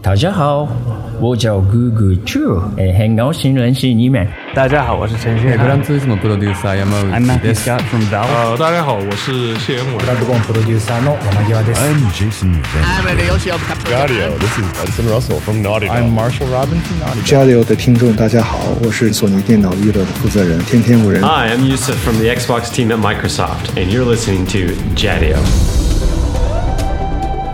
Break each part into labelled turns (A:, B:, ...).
A: 大家好，我叫 Google Chu，哎，很高兴认识你们。
B: 大家好，我是陈旭。
C: グランツーリスモプロデューサー山
B: I'm
C: 内
B: Matthew
C: です。
B: Scott from Valve。
D: 呃，大家好，我是谢元伟。
E: I'm Jason Van.
F: Jadio 的听众，大家好，我是索尼电脑娱乐的负责人天天五人。
G: Hi, I'm Yusuf from the Xbox team at Microsoft, and you're listening to Jadio.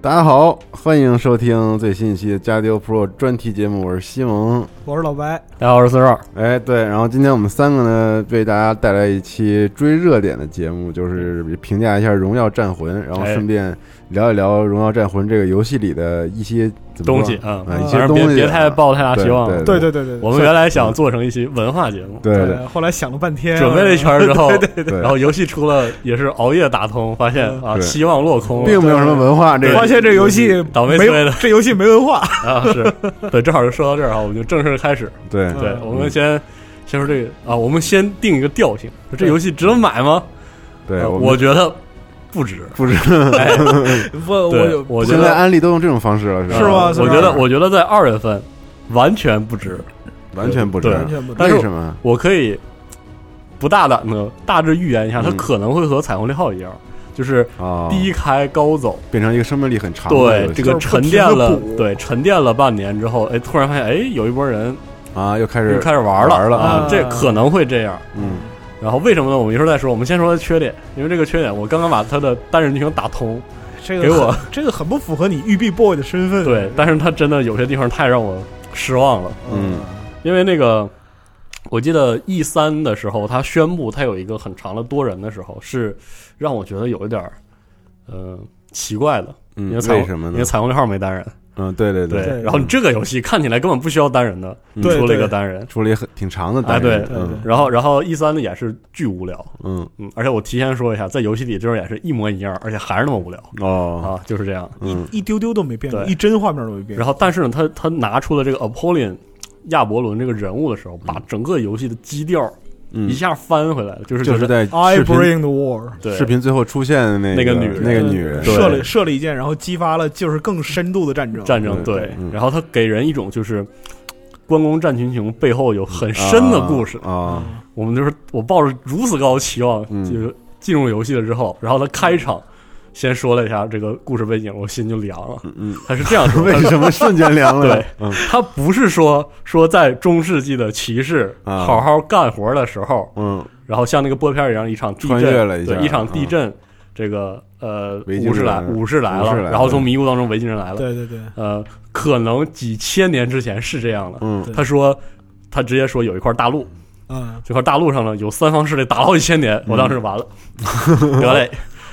H: 大家好，欢迎收听最新一期的《加丢 Pro》专题节目，我是西蒙。
I: 我是老白，
C: 大家好，我是四少。
H: 哎，对，然后今天我们三个呢，为大家带来一期追热点的节目，就是评价一下《荣耀战魂》，然后
B: 哎
H: 顺便聊一聊《荣耀战魂》这个游戏里的一些怎么说
B: 东西啊，
H: 啊一
B: 反
H: 些
B: 正
H: 东西
B: 别
H: 啊，
B: 别太抱太大希望了。
H: 对
I: 对对对对，
B: 我们原来想做成一期文化节目，
H: 对对
I: 对，后来想了半天，啊
B: 准备了一圈之 后，
H: 对
B: 然后游戏出了也是熬夜打通，发现啊
H: 对
B: 希望落空了，
H: 并没有什么文化，这
B: 对
H: 个
I: 发现这游戏
B: 倒霉
I: 没
B: 催的
I: 有，这游戏没文化。
B: 啊是，对，正好就说到这儿哈，我们就正式开始。
H: 对
B: 对，
I: 嗯
B: 我们先先说这个啊，我们先定一个调性，说这游戏值得买吗？
H: 对，
B: 啊
H: 我
B: 我
H: 们
B: 觉得不值，
H: 不是
B: 哎，
I: 我
B: 对
I: 我，
B: 我觉
H: 现在
B: 得
H: 安利都用这种方式了，
I: 是吗
H: 吧？
B: 我觉得我觉得在二月份完全不值，
H: 完全不知
B: 对
H: 道
I: 完，全不知道
B: 但是
H: 为什么？
B: 我可以不大胆的大致预言一下，它
H: 嗯
B: 可能会和《彩虹六号》一样，就是
H: 啊，
B: 低开高走。
H: 变成一个生命力很长的游
B: 对，
H: 戏
B: 这个
I: 就是不
B: 沉
I: 停地
B: 淀了
I: 补，
B: 对，沉淀了半年之后，哎，突然发现，哎，有一波人
H: 啊，又开
B: 又
H: 始
B: 开始玩了
H: 玩了
B: 啊
I: 啊，
B: 这可能会这样。
H: 嗯，
B: 然后为什么呢？我们一会儿再说。我们先说它缺点，因为这个缺点，我刚刚把它的单人剧情打通，
I: 这个
B: 给我
I: 很这个很不符合你育碧 boy 的身份。
B: 对，但是它真的有些地方太让我失望了。
H: 嗯，
B: 因为那个，我记得 E 三的时候，他宣布他有一个很长的多人的时候，是让我觉得有一点儿，呃，奇怪的。
H: 嗯
B: 因为彩虹
H: 为什么呢
B: 因为彩虹六号没单人，
H: 嗯，对对
B: 对。
H: 对，
B: 然后你这个游戏看起来根本不需要单人的，你
I: 对
B: 出了一
I: 对
B: 个单人。
H: 出了一个很挺长的单
B: 哎，对
H: 元，，嗯
B: 然后然后 E 三的演示巨无聊，
H: 嗯
B: 嗯，而且我提前说一下，在游戏里这种演示一模一样，而且还是那么无聊
H: 哦，
B: 啊，就是这样。
H: 嗯
I: 一丢丢都没变过，
B: 对
I: 一帧画面都没变。
B: 然
I: 后
B: 后，但是呢，他他拿出了这个 Apollon 亚伯伦这个人物的时候，把整个游戏的基调
H: 嗯
B: 一，下翻回来了，就是
H: 就
B: 觉
H: 是
B: 得
H: 在
I: I
H: 视频
I: bring the war，
B: 对
H: 视频最后出现的那
B: 那
H: 个
B: 个女人
H: 那个女人，
B: 对
I: 射了射了一箭，然后激发了就是更深度的战争。
B: 战争
H: 对
B: 对
H: 嗯，
B: 然后他给人一种就是关公战秦琼背后有很深的故事。
H: 啊，
B: 我们就是我抱着如此高的期望，
H: 嗯
B: 就是进入游戏了之后，然后他开场先说了一下这个故事背景，我心就凉了。
H: 嗯，
B: 他是这样说，
H: 为什么瞬间凉了？
B: 对
H: 嗯
B: 他不是说说在中世纪的骑士
H: 啊
B: 好好干活的时候，
H: 嗯
B: 然后像那个播片一样，一场地震，
H: 穿越了一下嗯
B: 对，一场地震，这个呃，
H: 维京
B: 武士
H: 人
B: 来，武士来
H: 武
B: 了
H: 士来，了
B: 然后从迷雾当中维京人来了，
I: 对对嗯对，
B: 呃，可能几千年之前是这样的。
H: 嗯
I: 对
B: 他说，他直接说有一块大陆，
I: 嗯，
B: 这块大陆上呢有三方势力打了好几千年，我当时完了， 得嘞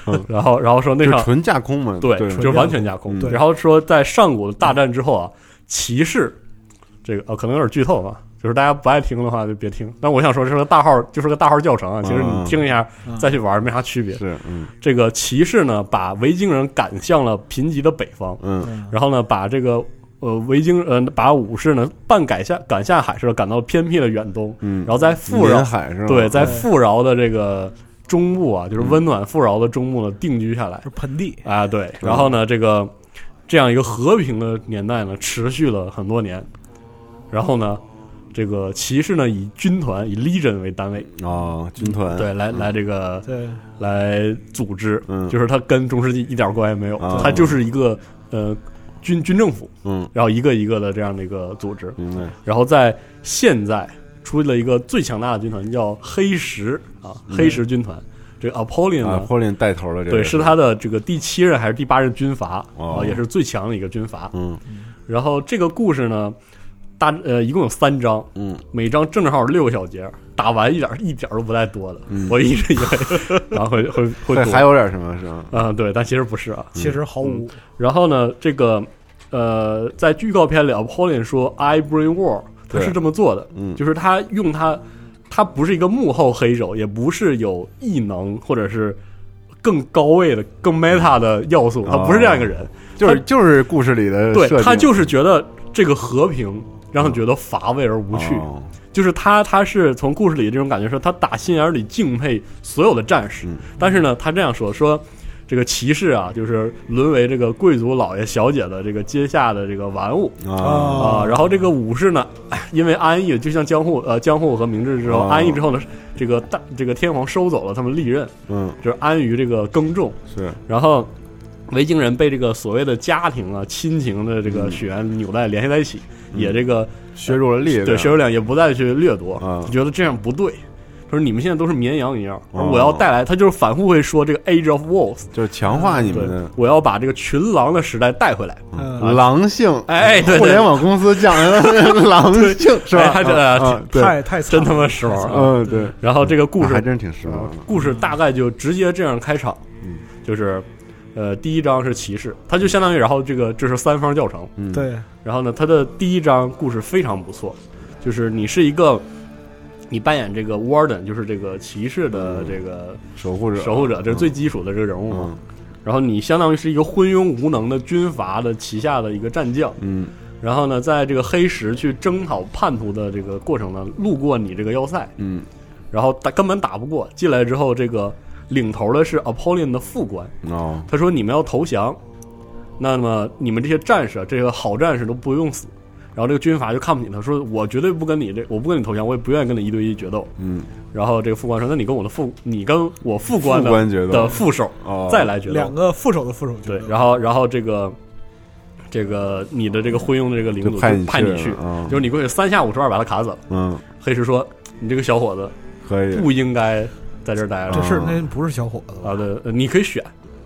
H: 嗯，
B: 然后然后说那
H: 就
B: 场
H: 纯架空嘛，
B: 对，
H: 对，
B: 就是完全架
H: 嗯
B: 空。
I: 对
B: 然后说在上古大战之后啊，骑士这个呃可能有点剧透啊，就是大家不爱听的话就别听。但我想说，这是个大号，就是个大号教程啊。其实
H: 嗯
B: 你听一下
I: 嗯
B: 再去玩没啥区别。
H: 是嗯
B: 这个骑士呢，把维京人赶向了贫瘠的北方，
H: 嗯
B: 然后呢，把这个呃维京呃把武士呢半赶下赶下海是赶到偏僻的远东，
H: 嗯，
B: 然后在富饶
H: 临海是吧？嗯
B: 对在
I: 对
B: 富饶的这个中部啊，就是温暖富饶的中部呢定居下来。
I: 是盆地。
B: 啊，对。然后呢，这个这样一个和平的年代呢，持续了很多年。然后呢，这个骑士呢以军团以 legion 为单位，
H: 哦，军团
B: 对，来来这个
I: 对，
B: 来组织，
H: 嗯
B: 就是它跟中世纪一点关系没有，
H: 啊
B: 它就是一个呃军军政府，
H: 嗯，
B: 然后一个一个的这样的一个组织。
H: 明白
B: 然后在现在出了一个最强大的军团，叫黑石啊，黑石军团。这个 Apollon
H: 嗯啊
B: 呢，
H: ，Polin 带头的这个
B: 对，是他的这个第七任还是第八任军阀啊、
H: 哦
B: 也是最强的一个军阀。
H: 嗯
B: 然后这个故事呢，大呃一共有三章，
H: 嗯，
B: 每章正正好六个小节，打完一点一点都不带多的。
H: 嗯
B: 我一直以 为，然后会会会
H: 对
B: 多
H: 还有点什么是吗
B: 啊、对，但其实不是啊，
I: 其实毫无
B: 嗯然后呢，这个呃，在预告片里 a p o l l o n 说 “I bring war”，他
H: 对
B: 是这么做的，
H: 嗯
B: 就是他用他，他不是一个幕后黑手，也不是有异能或者是更高位的、更 meta 的要素，他不是这样一个人，
H: 啊就是就是故事里的
B: 对
H: 设定嗯
B: 他就是觉得这个和平让他觉得乏味而无趣，
H: 哦
B: 就是他他是从故事里这种感觉说，他打心眼里敬佩所有的战
H: 嗯
B: 士，但是呢，他这样说说。这个骑士啊，就是沦为这个贵族老爷小姐的这个阶下的这个玩物
H: 啊
B: 啊然后这个武士呢，哎因为安逸，就像江户呃江户和明治之后，
H: 啊
B: 安逸之后呢，这个大这个天皇收走了他们利刃，
H: 嗯
B: 就是安于这个耕种，
H: 是
B: 然后维京人被这个所谓的家庭啊、亲情的这
H: 嗯
B: 个血缘纽带联系在一起，也这个
H: 削弱了力量
B: 对削弱量也不再去掠夺，
H: 啊哦
B: 就觉得这样不对。他说：“你们现在都是绵羊一样，而我要带来，他就是反复会说这个 Age of Wolves，
H: 就是强化你
B: 对
H: 们的，
B: 我要把这个群狼的时代带回来。
H: 嗯狼性，
B: 哎对对
H: 互联网公司讲的狼性是
B: 哎
H: 吧？
B: 还真
H: 啊啊对
I: 太太惨
B: 真
I: 了啊
B: 他妈时髦啊！
H: 嗯对，
B: 然后这个故事
H: 还真挺时髦的。
B: 故事大概就直接这样开场，
H: 嗯
B: 就是，呃，第一章是骑士，他就相当于，然后这个这是三方教程，
H: 嗯
I: 对，
B: 然后呢，他的第一章故事非常不错，就是你是一个，你扮演这个 warden，就是这个骑士的这个
H: 守护者
B: 守护者，这是最基础的这个人物嘛
H: 嗯。
B: 然后你相当于是一个昏庸无能的军阀的旗下的一个战将，
H: 嗯
B: 然后呢，在这个黑石去征讨叛徒的这个过程呢，路过你这个要塞，
H: 嗯
B: 然后打根本打不过，进来之后，这个领头的是 Apollon 的副官，
H: 哦
B: 他说你们要投降，那么你们这些战士，啊这个好战士都不用死。然后这个军阀就看不起他，说我绝对不跟你这，我不跟你投降，我也不愿意跟你一对一决斗。
H: 嗯
B: 然后这个副官说，那你跟我的副，你跟我副官的
H: 副官决斗
B: 的副手、
H: 哦
B: 再来决斗
I: 两。个副手的副手
B: 对
I: 决，斗，
B: 然后然后这个这个你的这个昏庸的这个领主
H: 就
B: 就
H: 派你
B: 派
H: 去
B: 你
H: 了
B: 去，
H: 哦
B: 就是你过去三下五除二把他卡死了。
H: 嗯，
B: 黑石说，你这个小伙子
H: 可以
B: 不应该在这儿待
H: 嗯
B: 着。
I: 这事儿那不是小伙子吧，
B: 啊，对，呃你可以选，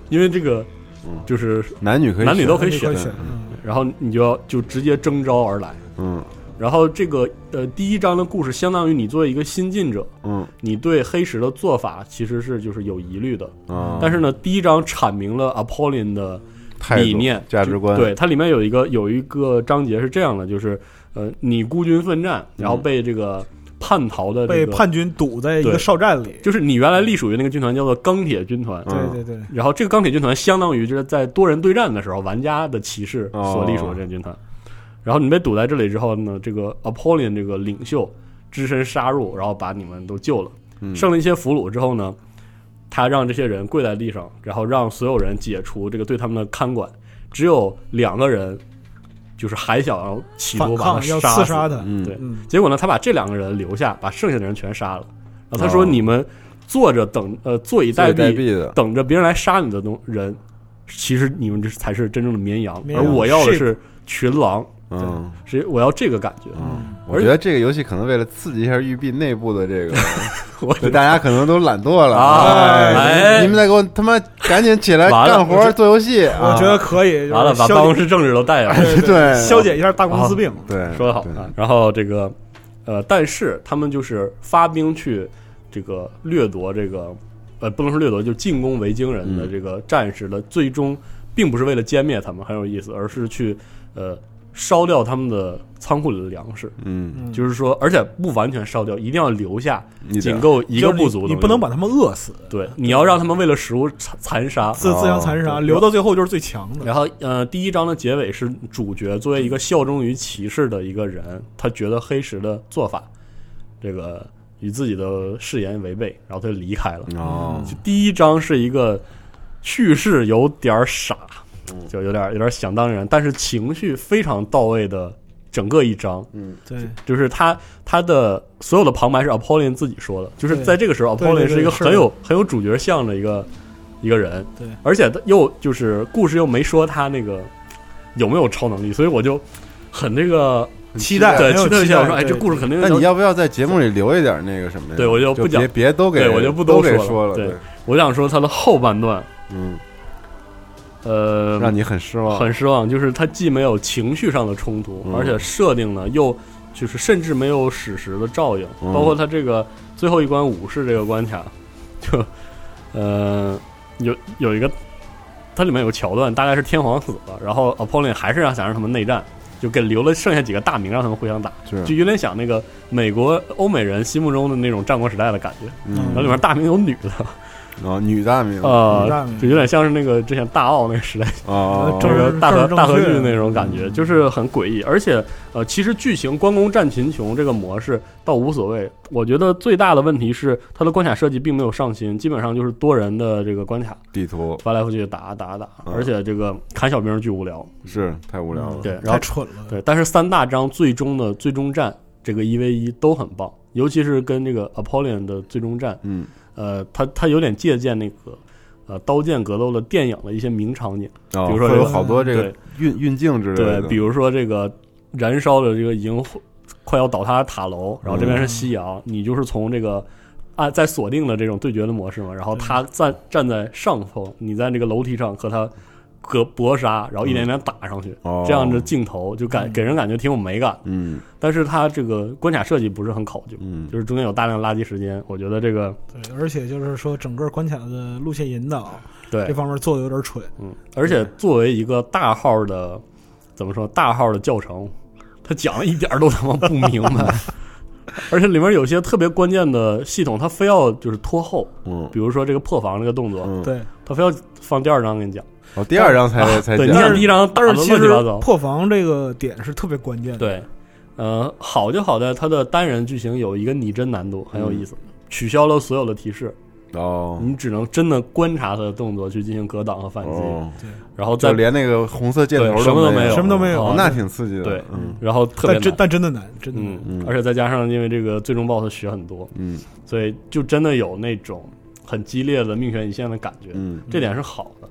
B: 因为这个
H: 嗯
B: 就是
H: 男女可以
B: 男女
H: 选
B: 都可以
I: 你可以
B: 选啊
I: 选，嗯
B: 然后你就要就直接征召而来。
H: 嗯
B: 然后这个呃第一章的故事，相当于你作为一个新进者，
H: 嗯
B: 你对黑石的做法其实是就是有疑虑的。
H: 啊，
B: 但是呢，第一章阐明了 Apollon 的
H: 态度
B: 理念、
H: 价值观
B: 就对，它里面有一个有一个章节是这样的，就是呃，你孤军奋战，
H: 嗯
B: 然后被这个叛逃的、
I: 被，叛军堵在一
B: 对
I: 个哨站里，
B: 就是你原来隶属于那个军团叫做钢铁军团，
H: 嗯
I: 对对对，
B: 然后这个钢铁军团相当于就是在多人对战的时候，玩家的骑士所隶属的这个军团。然后你被堵在这里之后呢，这个 Apollon 这个领袖只身杀入，然后把你们都救了，剩了一些俘虏之后呢，他让这些人跪在地上，然后让所有人解除这个对他们的看管，只有两个人就是还想要企
I: 反
B: 图把他
I: 抗要刺杀他，
H: 嗯
B: 对
I: 嗯，
B: 结果呢，他把这两个人留下，把剩下的人全杀了。然后他说：“
H: 哦
B: 你们坐着等，呃，坐以待
H: 坐以待毙的
B: 等着别人来杀你的东人，其实你们这才是真正的绵羊，
I: 绵
B: 而
I: 羊
B: 我要的
I: sheep
B: 是群狼，
H: 嗯。
B: 是我要这个感觉。
H: 我觉得这个游戏可能为了刺激一下育碧内部的这个，
B: 我
H: 就大家可能都懒惰了
B: 啊哎
H: 你们再给我他妈赶紧起来
B: 完了
H: 干活做游戏，啊
I: 我觉得可以，
B: 啊完了，
I: 就
B: 把
I: 是
B: 办
I: 消
B: 公
I: 解
B: 室政治都带上。
I: 对
H: 对
I: 消解一下大公司病，
H: 对
B: 说得好
H: 对
B: 啊。然后这个，呃，但是他们就是发兵去这个掠夺这个，呃，不能说掠夺，就进攻维京人的这个战士的，最终并不是为了歼灭他们，很有意思，而是去呃烧掉他们的仓库里的粮食。
H: 嗯，
B: 就是说，而且不完全烧掉，一定要留下
H: 一点
B: 仅够一
I: 就
B: 个
I: 是
B: 啊
I: 你
B: 部族的
I: 你
B: 东
I: 不能
B: 西
I: 把他们饿死，
B: 对，你要让他们为了食物残残杀。
I: 自自相残杀，留到最后就是最强的。
B: 然后，呃，第一章的结尾是主角作为一个效忠于骑士的一个人，他觉得黑石的做法，这个与自己的誓言违背，然后他就离开了。
H: 哦，
B: 就第一章是一个叙事有点儿傻，就有点有点想当然，但是情绪非常到位的整个一章。
I: 对，
B: 就是他他的所有的旁白是 Apollon 自己说的，就是在这个时候
I: 对对
B: ，Apollon
I: 对
B: 是一个
I: 是
B: 很有很有主角像的一个一个人，
I: 对
B: 而且他又就是故事又没说他那个有没有超能力，所以我就很那个
I: 期待
B: 对
I: 很有
B: 期待一
I: 期
B: 下，
I: 待
B: 我说哎，
I: 对
B: 这故事肯定
H: 那
B: 能
H: 你要不要在节目里留一点那个什么呀？
B: 对我就不讲
H: 别别都给，
B: 对我就不嗯
H: 都
B: 多
H: 给
B: 说
H: 了。
B: 对，我想说他的后半段
H: 嗯
B: 呃，
H: 让你很失望
B: 很失望。就是它既没有情绪上的冲突，
H: 啊嗯
B: 而且设定呢又就是甚至没有史实的照应，
H: 嗯
B: 包括它这个最后一关武士这个关卡，就呃有有一个它里面有个桥段，大概是天皇死了，然后 Apollo 还是让想让他们内战。就给留了剩下几个大名让他们互相打，
H: 是
B: 就有点想那个美国欧美人心目中的那种战国时代的感觉。
H: 嗯
B: 然后里面大名有女的，
H: 啊，女大名
B: 啊、
H: 女大
B: 就有点像是那个之前大奥那个时代
H: 哦
B: 这个大
I: 正
B: 和
I: 正
B: 大和
I: 确
B: 剧那种感觉，就是很诡异。而且呃，其实剧情关公战秦琼这个模式倒无所谓，我觉得最大的问题是它的关卡设计并没有上心，基本上就是多人的这个关卡
H: 地图
B: 翻来覆去打打打，
H: 嗯
B: 而且这个砍小兵巨无聊。
H: 是太无聊了，
B: 对，然
I: 太
B: 后
I: 蠢了。
B: 对，但是三大章最终的最终战这个一 v 一都很棒，尤其是跟这个 Apollyon 的最终战，
H: 嗯
B: 呃，它它有点借鉴那个呃刀剑格斗的电影的一些名场景，
H: 哦
B: 嗯比如说
H: 会
B: 这
H: 有
B: 个嗯
H: 好多这个运运镜之类
B: 对
H: 的，，
B: 比如说这个燃烧的这个已经快要倒塌的塔楼，然后这边是夕阳，你就是从这个啊在锁定了这种对决的模式嘛，然后他站站在上风，你在这个楼梯上和他格搏杀，然后一点点打上去，
H: 哦
B: 这样的镜头就感给人感觉挺有美感的。
H: 嗯
B: 但是它这个关卡设计不是很考究，
H: 嗯
B: 就是中间有大量垃圾时间，我觉得这个
I: 对，而且就是说整个关卡的路线引导
B: 对
I: 这方面做的有点蠢。
B: 嗯，而且作为一个大号的，怎么说大号的教程，他讲的一点儿都他妈不明白，而且里面有些特别关键的系统，他非要就是拖后，
H: 嗯
B: 比如说这个破防这个动作，
H: 嗯，
I: 对，
B: 他非要放第二章给你讲，
H: 哦，第二章才
B: 啊
H: 才
B: 对，你
H: 讲
B: 想第一章打
I: 但
B: 的
I: 是其
B: 乱
I: 实
B: 七八糟，
I: 破防这个点是特别关键的。
B: 对，呃，好就好在它的单人剧情有一个拟真难度，很有意思，取消了所有的提示，
H: 哦
B: 你只能真的观察他的动作去进行格挡和反击，
H: 哦，
B: 然后
H: 就
B: 再
H: 连那个红色箭头
B: 对什么都没
H: 有，
B: 有什么
I: 都没有
H: 哦那挺刺激的，
B: 对
H: 嗯
B: 然后特别
I: 但
B: 难
I: 真。但真的难，真的难。
B: 嗯
H: 嗯，
B: 而且再加上因为这个最终 BOSS 血很多，
H: 嗯
B: 所以就真的有那种很激烈的命悬一线的感觉，
H: 嗯
B: 这点是好的。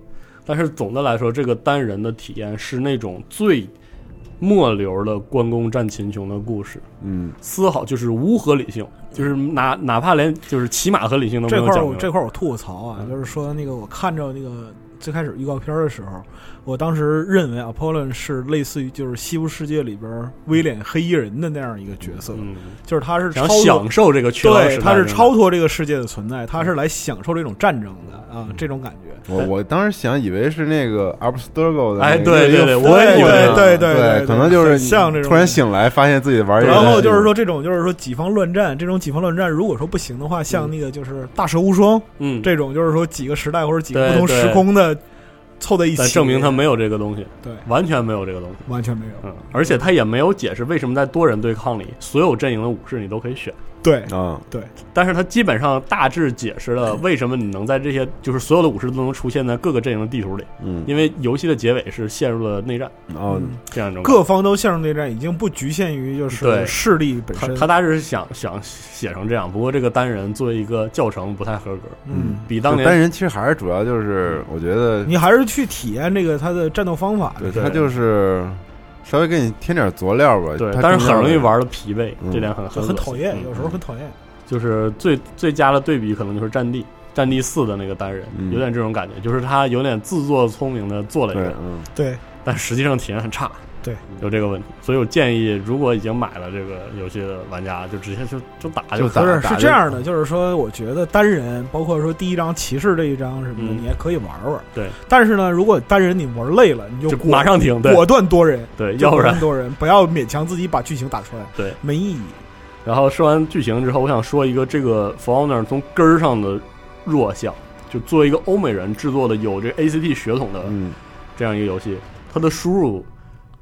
B: 但是总的来说，这个单人的体验是那种最末流的关公战秦琼的故事，
H: 嗯
B: 丝毫就是无合理性，就是哪哪怕连就是起码合理性都没
I: 这
B: 有
I: 块
B: 讲嗯
I: 儿
B: 明
I: 我
B: 白。
I: 这块儿我吐个槽啊，就是说那个我看着那个最开始预告片儿的时候，我当时认为 Apollo 是类似于就是西部世界里边儿威廉黑衣人的那样一个角色，
B: 嗯，
I: 就是他是
B: 然
I: 超
B: 后享受这个缺
I: 对，他是超脱这个世界的存在，
B: 嗯
I: 他是来享受这种战争的啊，这种感觉。
H: 我我当时想以为是那个 Abstergo 的那个，嗯
B: 哎对对对我也以为
I: 对对
H: 对
I: 对对
H: 可能就是
I: 很像这种
H: 突然醒来发现自己玩，
I: 然后就是说，这种就是说几方乱战，这种几方乱战，如果说不行的话，像那个就是大蛇无双
B: 嗯，
I: 这种，就是说几个时代或者几个
B: 对
I: 不同时
B: 对
I: 空的凑在一
B: 但
I: 起，
B: 证明他没有这个东西，
I: 对，
B: 完全没有这个东西。
I: 完全没有。
B: 嗯，而且他也没有解释为什么在多人对抗里，所有阵营的武士你都可以选。
I: 对，
H: 啊，
B: 但是他基本上大致解 释了为什么你能在这些就是所有的武士都能出现在各个阵营的地图里，
H: 嗯，
B: 因为游戏的结尾是陷入了内战
H: 哦，
B: 这样一种。
I: 各方都陷入内战，已经不局限于就是
B: 对
I: 势力本
B: 他
I: 身。
B: 他大致是想想写成这样，不过这个单人作为一个教程不太合格，
I: 嗯，
B: 比当
H: 就单
B: 年嗯
H: 人其实还是主要就是我觉得，
I: 你还是去体验这个他的战斗方法。
H: 对
B: 对
H: 他就是稍微给你添点佐料吧，
B: 对，
H: 它
B: 但是
H: 重
B: 很
H: 要
B: 容易
H: 的
B: 玩的疲惫，
H: 嗯
B: 这点很很
I: 很讨厌，有时候
B: 很嗯
I: 很讨厌。
B: 就是最最佳的对比可能就是战地。战地四的那个单人
H: 嗯
B: 有点这种感觉，就是他有点自作聪明的做了一
H: 对
B: 个，，
H: 嗯，
I: 对，
B: 但实际上体验很差。
I: 对，
B: 有这个问题，所以我建议，如果已经买了这个游戏的玩家，就直接就就打就
H: 打
I: 不是
H: 打
I: 是
H: 就
I: 这样的，就是说，我觉得单人，包括说第一章骑士这一章什么的，
B: 嗯
I: 你也可以玩玩。
B: 对，
I: 但是呢，如果单人你玩累了，你就
B: 就
I: 果
B: 马上停，对
I: 果断多人，
B: 对，
I: 就
B: 要不
I: 果
B: 然
I: 断 多人，不要勉强自己把剧情打出来，
B: 对，
I: 没意义。
B: 然后说完剧情之后，我想说一个这个 For Honor 从根儿上的弱项，就作为一个欧美人制作的有这个 ACT 血统的
H: 嗯，
B: 这样一个游戏，它的输入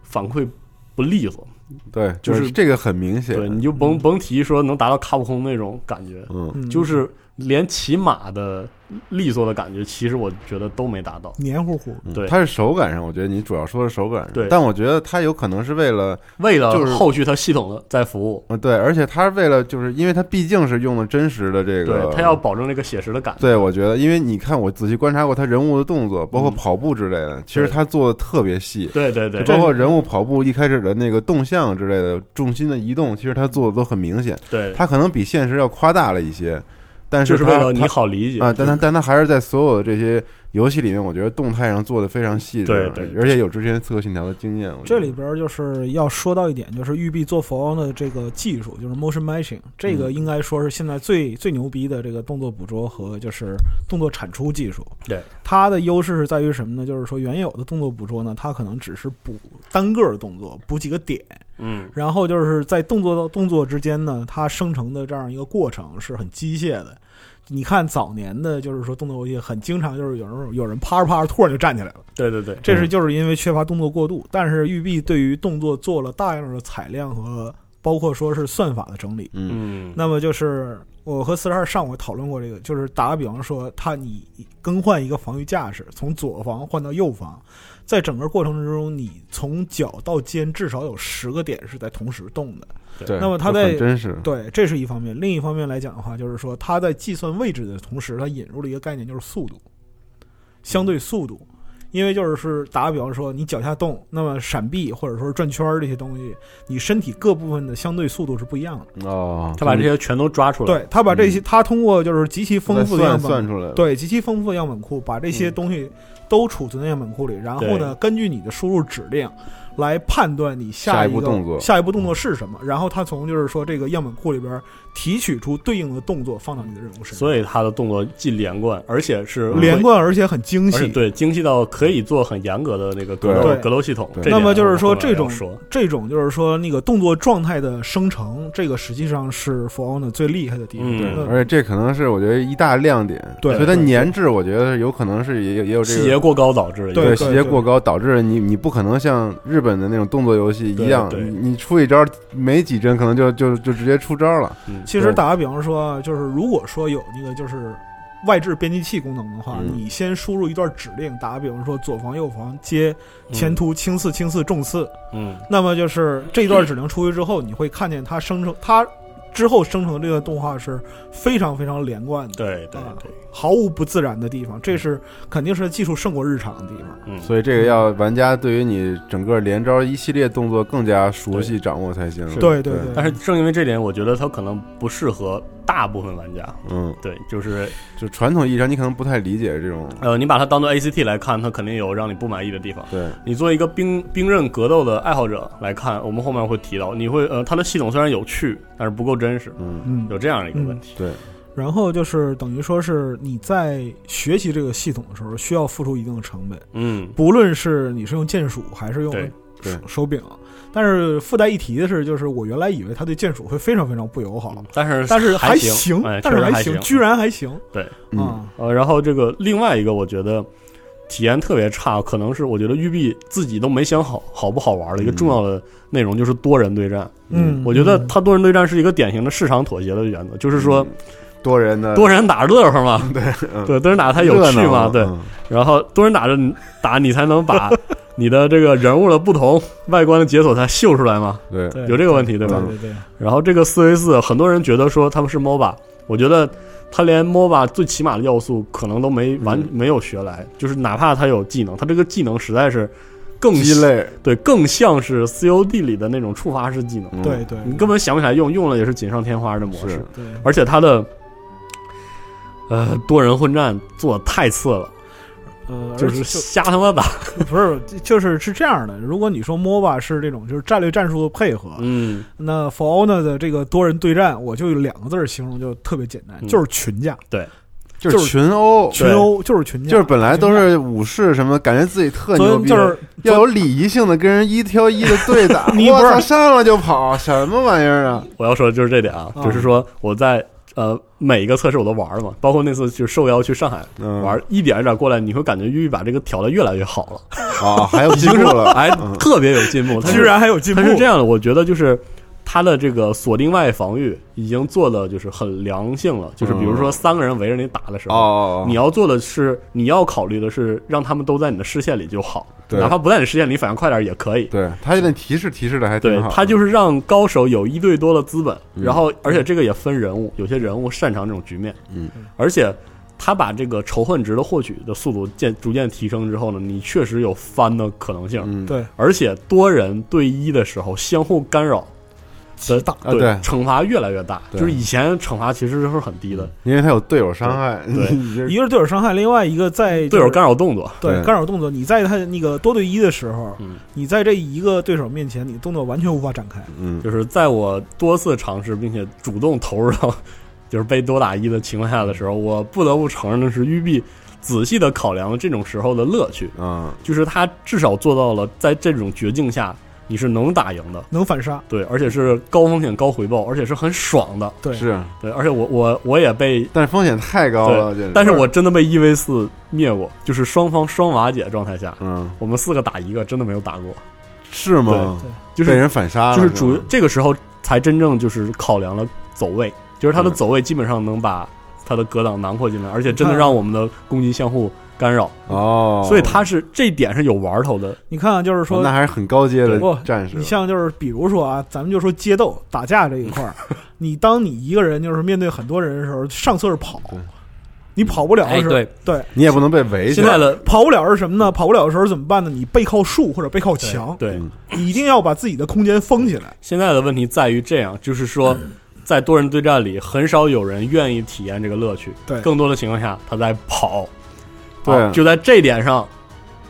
B: 反馈不利索，
H: 对，
B: 就
H: 就是是这个很明
B: 对，
H: 显，
B: 你就甭甭提说能达到卡普空那种感觉，
H: 嗯，
I: 嗯，
B: 就是连骑马的利索的感觉，其实我觉得都没达到。
I: 黏糊糊。
H: 嗯
B: 对
H: 它是手感上，我觉得你主要说是手感上，
B: 对
H: 但我觉得它有可能是为了
B: 为了
H: 就是
B: 后续它系统的在服务，
H: 啊，对，而且他为了就是因为他毕竟是用了真实的这个，
B: 对，他要保证这个写实的感觉。
H: 对我觉得，因为你看我仔细观察过他人物的动作，包括
B: 嗯
H: 跑步之类的，其实他做的特别细，
B: 对对
H: 就
B: 对，
H: 包括人物跑步一开始的那个动向之类的，重心的移动，其实他做的都很明显，
B: 对，
H: 他可能比现实要夸大了一些，但
B: 就是是
H: 他
B: 为了你
H: 他
B: 好理解
H: 啊，但他但他还是在所有的这些游戏里面我觉得动态上做的非常细致，
B: 对对对
H: 而且有之前刺客信条的经验。我觉
I: 这
H: 得
I: 里边就是要说到一点，就是育碧做佛的这个技术，就是 motion matching，这个应该说是现在最最牛逼的这个动作捕捉和就是动作产出技术。
B: 对，
I: 它的优势是在于什么呢？就是说原有的动作捕捉呢，它可能只是补单个儿动作，补几个点，
B: 嗯，
I: 然后就是在动作到动作之间呢，它生成的这样一个过程是很机械的。你看早年的，就是说动作游戏，很经常就是有人有人啪着啪着突然就站起来了。
B: 对对对，
I: 这是就是因为缺乏动作过度。但是育碧对于动作做了大量的采量和包括说是算法的整理。
B: 嗯，
I: 那么就是我和四十二上午讨论过这个，就是打个比方说，他你更换一个防御架势，从左防换到右防，在整个过程之中，你从脚到肩至少有十个点是在同时动的。
H: 对，
I: 那么它
H: 就
I: 在
H: 很真实，
I: 对，这是一方面。另一方面来讲的话，就是说它在计算位置的同时，它引入了一个概念，就是速度，相对速度。因为就是是打个比方说，你脚下动，那么闪避或者说转圈儿这些东西，你身体各部分的相对速度是不一样的。
H: 哦，
B: 他把这些全都抓出来，
I: 对，他把这些，他通过就是极其丰富的
H: 嗯算
I: 样本
H: 算出来了，嗯
I: 对极其丰富的样本库，把这些东西都储存在样本库里，然后呢，根据你的输入指令来判断你
H: 下
I: 下
H: 一
I: 个
H: 步动作嗯
I: 下一步动作是什么，然后他从就是说这个样本库里边提取出对应的动作放到你的任务身上，
B: 所以他的动作既连贯，而且是会
I: 连，贯而且很精
B: 而且
I: 细。
B: 对精细到可以做很严格的那个格
H: 对
B: 斗
I: 对
B: 格斗系统。
H: 对
B: 这点
I: 那么就
B: 我
I: 是
B: 们
I: 说，
B: 后来
I: 这
B: 要
I: 种
B: 说
I: 这种就是说那个动作状态的生成，这个实际上是 For Honor 最厉害的地方。
B: 嗯
H: 对
I: 那，
H: 而且这可能是我觉得一大亮点，
I: 对
H: 所以它
I: 对
H: 粘滞，我觉得有可能是也有也有这
B: 细
H: 个
B: 节过高导致的，
I: 对
H: 对细节过高，导致你你不可能像日本的那种动作游戏一样，
B: 对对
H: 你你出一招没几帧，可能就就就直接出招了。
B: 嗯
I: 其实打个比方说，就是如果说有那个就是外置编辑器功能的话，
H: 嗯
I: 你先输入一段指令，打个比方说左防右防接前突轻刺轻刺重刺，
B: 嗯，
I: 那么就是这段指令出去之后，你会看见它生成它之后生成的这个动画是非常非常连贯的，
B: 对对
I: 啊
B: 对，
I: 毫无不自然的地方，这是肯定是技术胜过日常的地方。
B: 嗯，
H: 所以这个要玩家对于你整个连招一系列动作更加熟悉掌握才行。
I: 对
H: 对
I: 对
B: 但是正因为这点，我觉得它可能不适合大部分玩家。
H: 嗯，
B: 对，就是
H: 就传统意义上你可能不太理解这种。
B: 呃，你把它当做 ACT 来看，它肯定有让你不满意的地方。
H: 对，
B: 你作为一个兵兵刃格斗的爱好者来看，我们后面会提到，你会呃，它的系统虽然有趣，但是不够真实，
H: 嗯，
I: 嗯，
B: 有这样的一个问题。
I: 然后就是等于说是你在学习这个系统的时候，需要付出一定的成本。
B: 嗯，
I: 不论是你是用键鼠还是用
B: 对
H: 对
I: 手手柄，但是附带一提的是，就是我原来以为它对键鼠会非常非常不友好，
B: 但是
I: 但是
B: 嗯还
I: 行，
B: 哎，
I: 但是
B: 确实还
I: 行，居然还行，
B: 对，
H: 嗯，
I: 啊，
B: 呃，然后这个另外一个，我觉得体验特别差，可能是我觉得育碧自己都没想好好不好玩
H: 嗯
B: 的一个重要的内容，就是多人对战。
I: 嗯，
B: 我觉得它多人对战是一个典型的市场妥协的原则，就是说
H: 多人的
B: 多人打着乐呵嘛，
H: 嗯呃 对嗯
B: 对，多人打它有
H: 热
B: 趣
H: 闹
B: 嘛，对，
H: 嗯
B: 然后多人打着打，你才 能把你的这个人物的不同外观的解锁才秀出来嘛，
H: 对
I: 对
B: 有这个问题对
I: 对
B: 吧？
I: 对对，
B: 然后这个四 v 四，很多人觉得说他们是 MOBA，我觉得他连 MOBA 最起码的要素可能都没完、
H: 嗯
B: 没有学来，就是哪怕他有技能，他这个技能实在是更
H: 鸡肋，
B: 对更像是 COD 里的那种触发式技能，
H: 嗯
I: 对对
B: 你根本想不起来用，用了也是锦上添花的模式
H: 是，
I: 对。
B: 而且他的呃多人混战做得太次了，
I: 呃，
B: 就
I: 而
B: 是
I: 且
B: 瞎他妈打，
I: 不是，就是是这样的。如果你说 MOBA 是这种就是战略战术的配合，
B: 嗯，
I: 那 For Honor 的这个多人对战，我就有两个字儿形容就特别简单，
B: 嗯
I: 就是群架、
H: 就是群殴，
I: 群殴，就是群架，
H: 就是本来都是武士什么，感觉自己特
I: 昨
H: 牛
I: 天
H: 逼，
I: 就是。
H: 要有礼仪性的跟人一挑一的对打
I: 你
H: 我
I: 不是
H: 操，上来就跑，什么玩意儿啊？
B: 我要说的就是这点啊，
I: 啊
B: 就是说我在呃每一个测试我都玩了嘛，包括那次就受邀去上海
H: 嗯
B: 玩，一点一点过来，你会感觉玉玉把这个调的越来越好了，
H: 啊，嗯还 有进步 了，
B: 哎，特别有进步，它是
I: 居然还有进步，
B: 它是这样的，我觉得就是。它的这个锁定外防御已经做的就是很良性了，就是比如说三个人围着你打的时候，
H: 嗯哦，
B: 你要做的是你要考虑的是让他们都在你的视线里就好，
H: 对
B: 哪怕不在你视线里反应快点也可以。
H: 对他有点提示提示的还
B: 对
H: 挺好，
B: 他就是让高手有一对多的资本，
H: 嗯
B: 然后而且这个也分人物，有些人物擅长这种局面，
H: 嗯，
B: 而且他把这个仇恨值的获取的速度渐逐渐提升之后呢，你确实有翻的可能性，
H: 嗯
I: 对
B: 而且多人对一的时候相互干扰极
I: 大
H: 啊对
B: 惩罚越来越大。
H: 对
B: 就是以前惩罚其实是很低的，
H: 因为他有队友伤害，
B: 对
H: 你这
I: 一个是队友伤害，另外一个在
B: 队友干扰动作，
I: 对
H: 对
I: 干扰动作，你在他那个多对一的时候
B: 嗯，
I: 你在这一个对手面前，你动作完全无法展开。
H: 嗯，
B: 就是在我多次尝试并且主动投入到就是被多打一的情况下的时候，我不得不承认的是，育碧仔细的考量了这种时候的乐趣，
H: 啊，
B: 就是他至少做到了在这种绝境下你是能打赢的，
I: 能反杀，
B: 对，而且是高风险高回报，而且是很爽的，
I: 对，
H: 是，
B: 对，而且我我我也被
H: 但是风险太高了，这
B: 对，但是我真的被一 E v 四灭过，就是双方双瓦解状态下，
H: 嗯
B: 我们四个打一个，真的没有打过，
H: 是吗？
B: 就
H: 被
B: 是
H: 人反杀了，
B: 就是
H: 吧
B: 主这个时候才真正就是考量了走位，就是
H: 嗯
B: 他的走位基本上能把他的格挡囊括进来，而且真的让我们的攻击相互干扰，
H: 嗯哦，
B: 所以他是这一点是有玩头的，
I: 你看啊，就是
H: 哦
I: 说
H: 那还是很高阶的
I: 对不
H: 战士
I: 你，像就是比如说啊，咱们就说街斗打架这一块儿，
H: 嗯
I: 你当你一个人就是面对很多人的时候，上策是跑
H: 对，
I: 你跑不了的时候，
B: 哎
I: 对，
H: 你也不能被围起
B: 现
H: 来
B: 在，的
I: 跑不了是什么呢？跑不了的时候怎么办呢？你背靠树或者背靠墙，
B: 对
H: 嗯
I: 你一定要把自己的空间封起来。
B: 现在的问题在于这样，就是说。
H: 嗯
B: 在多人对战里，很少有人愿意体验这个乐趣。
I: 对
B: 更多的情况下，他在跑，
H: 对
B: 啊就在这一点上，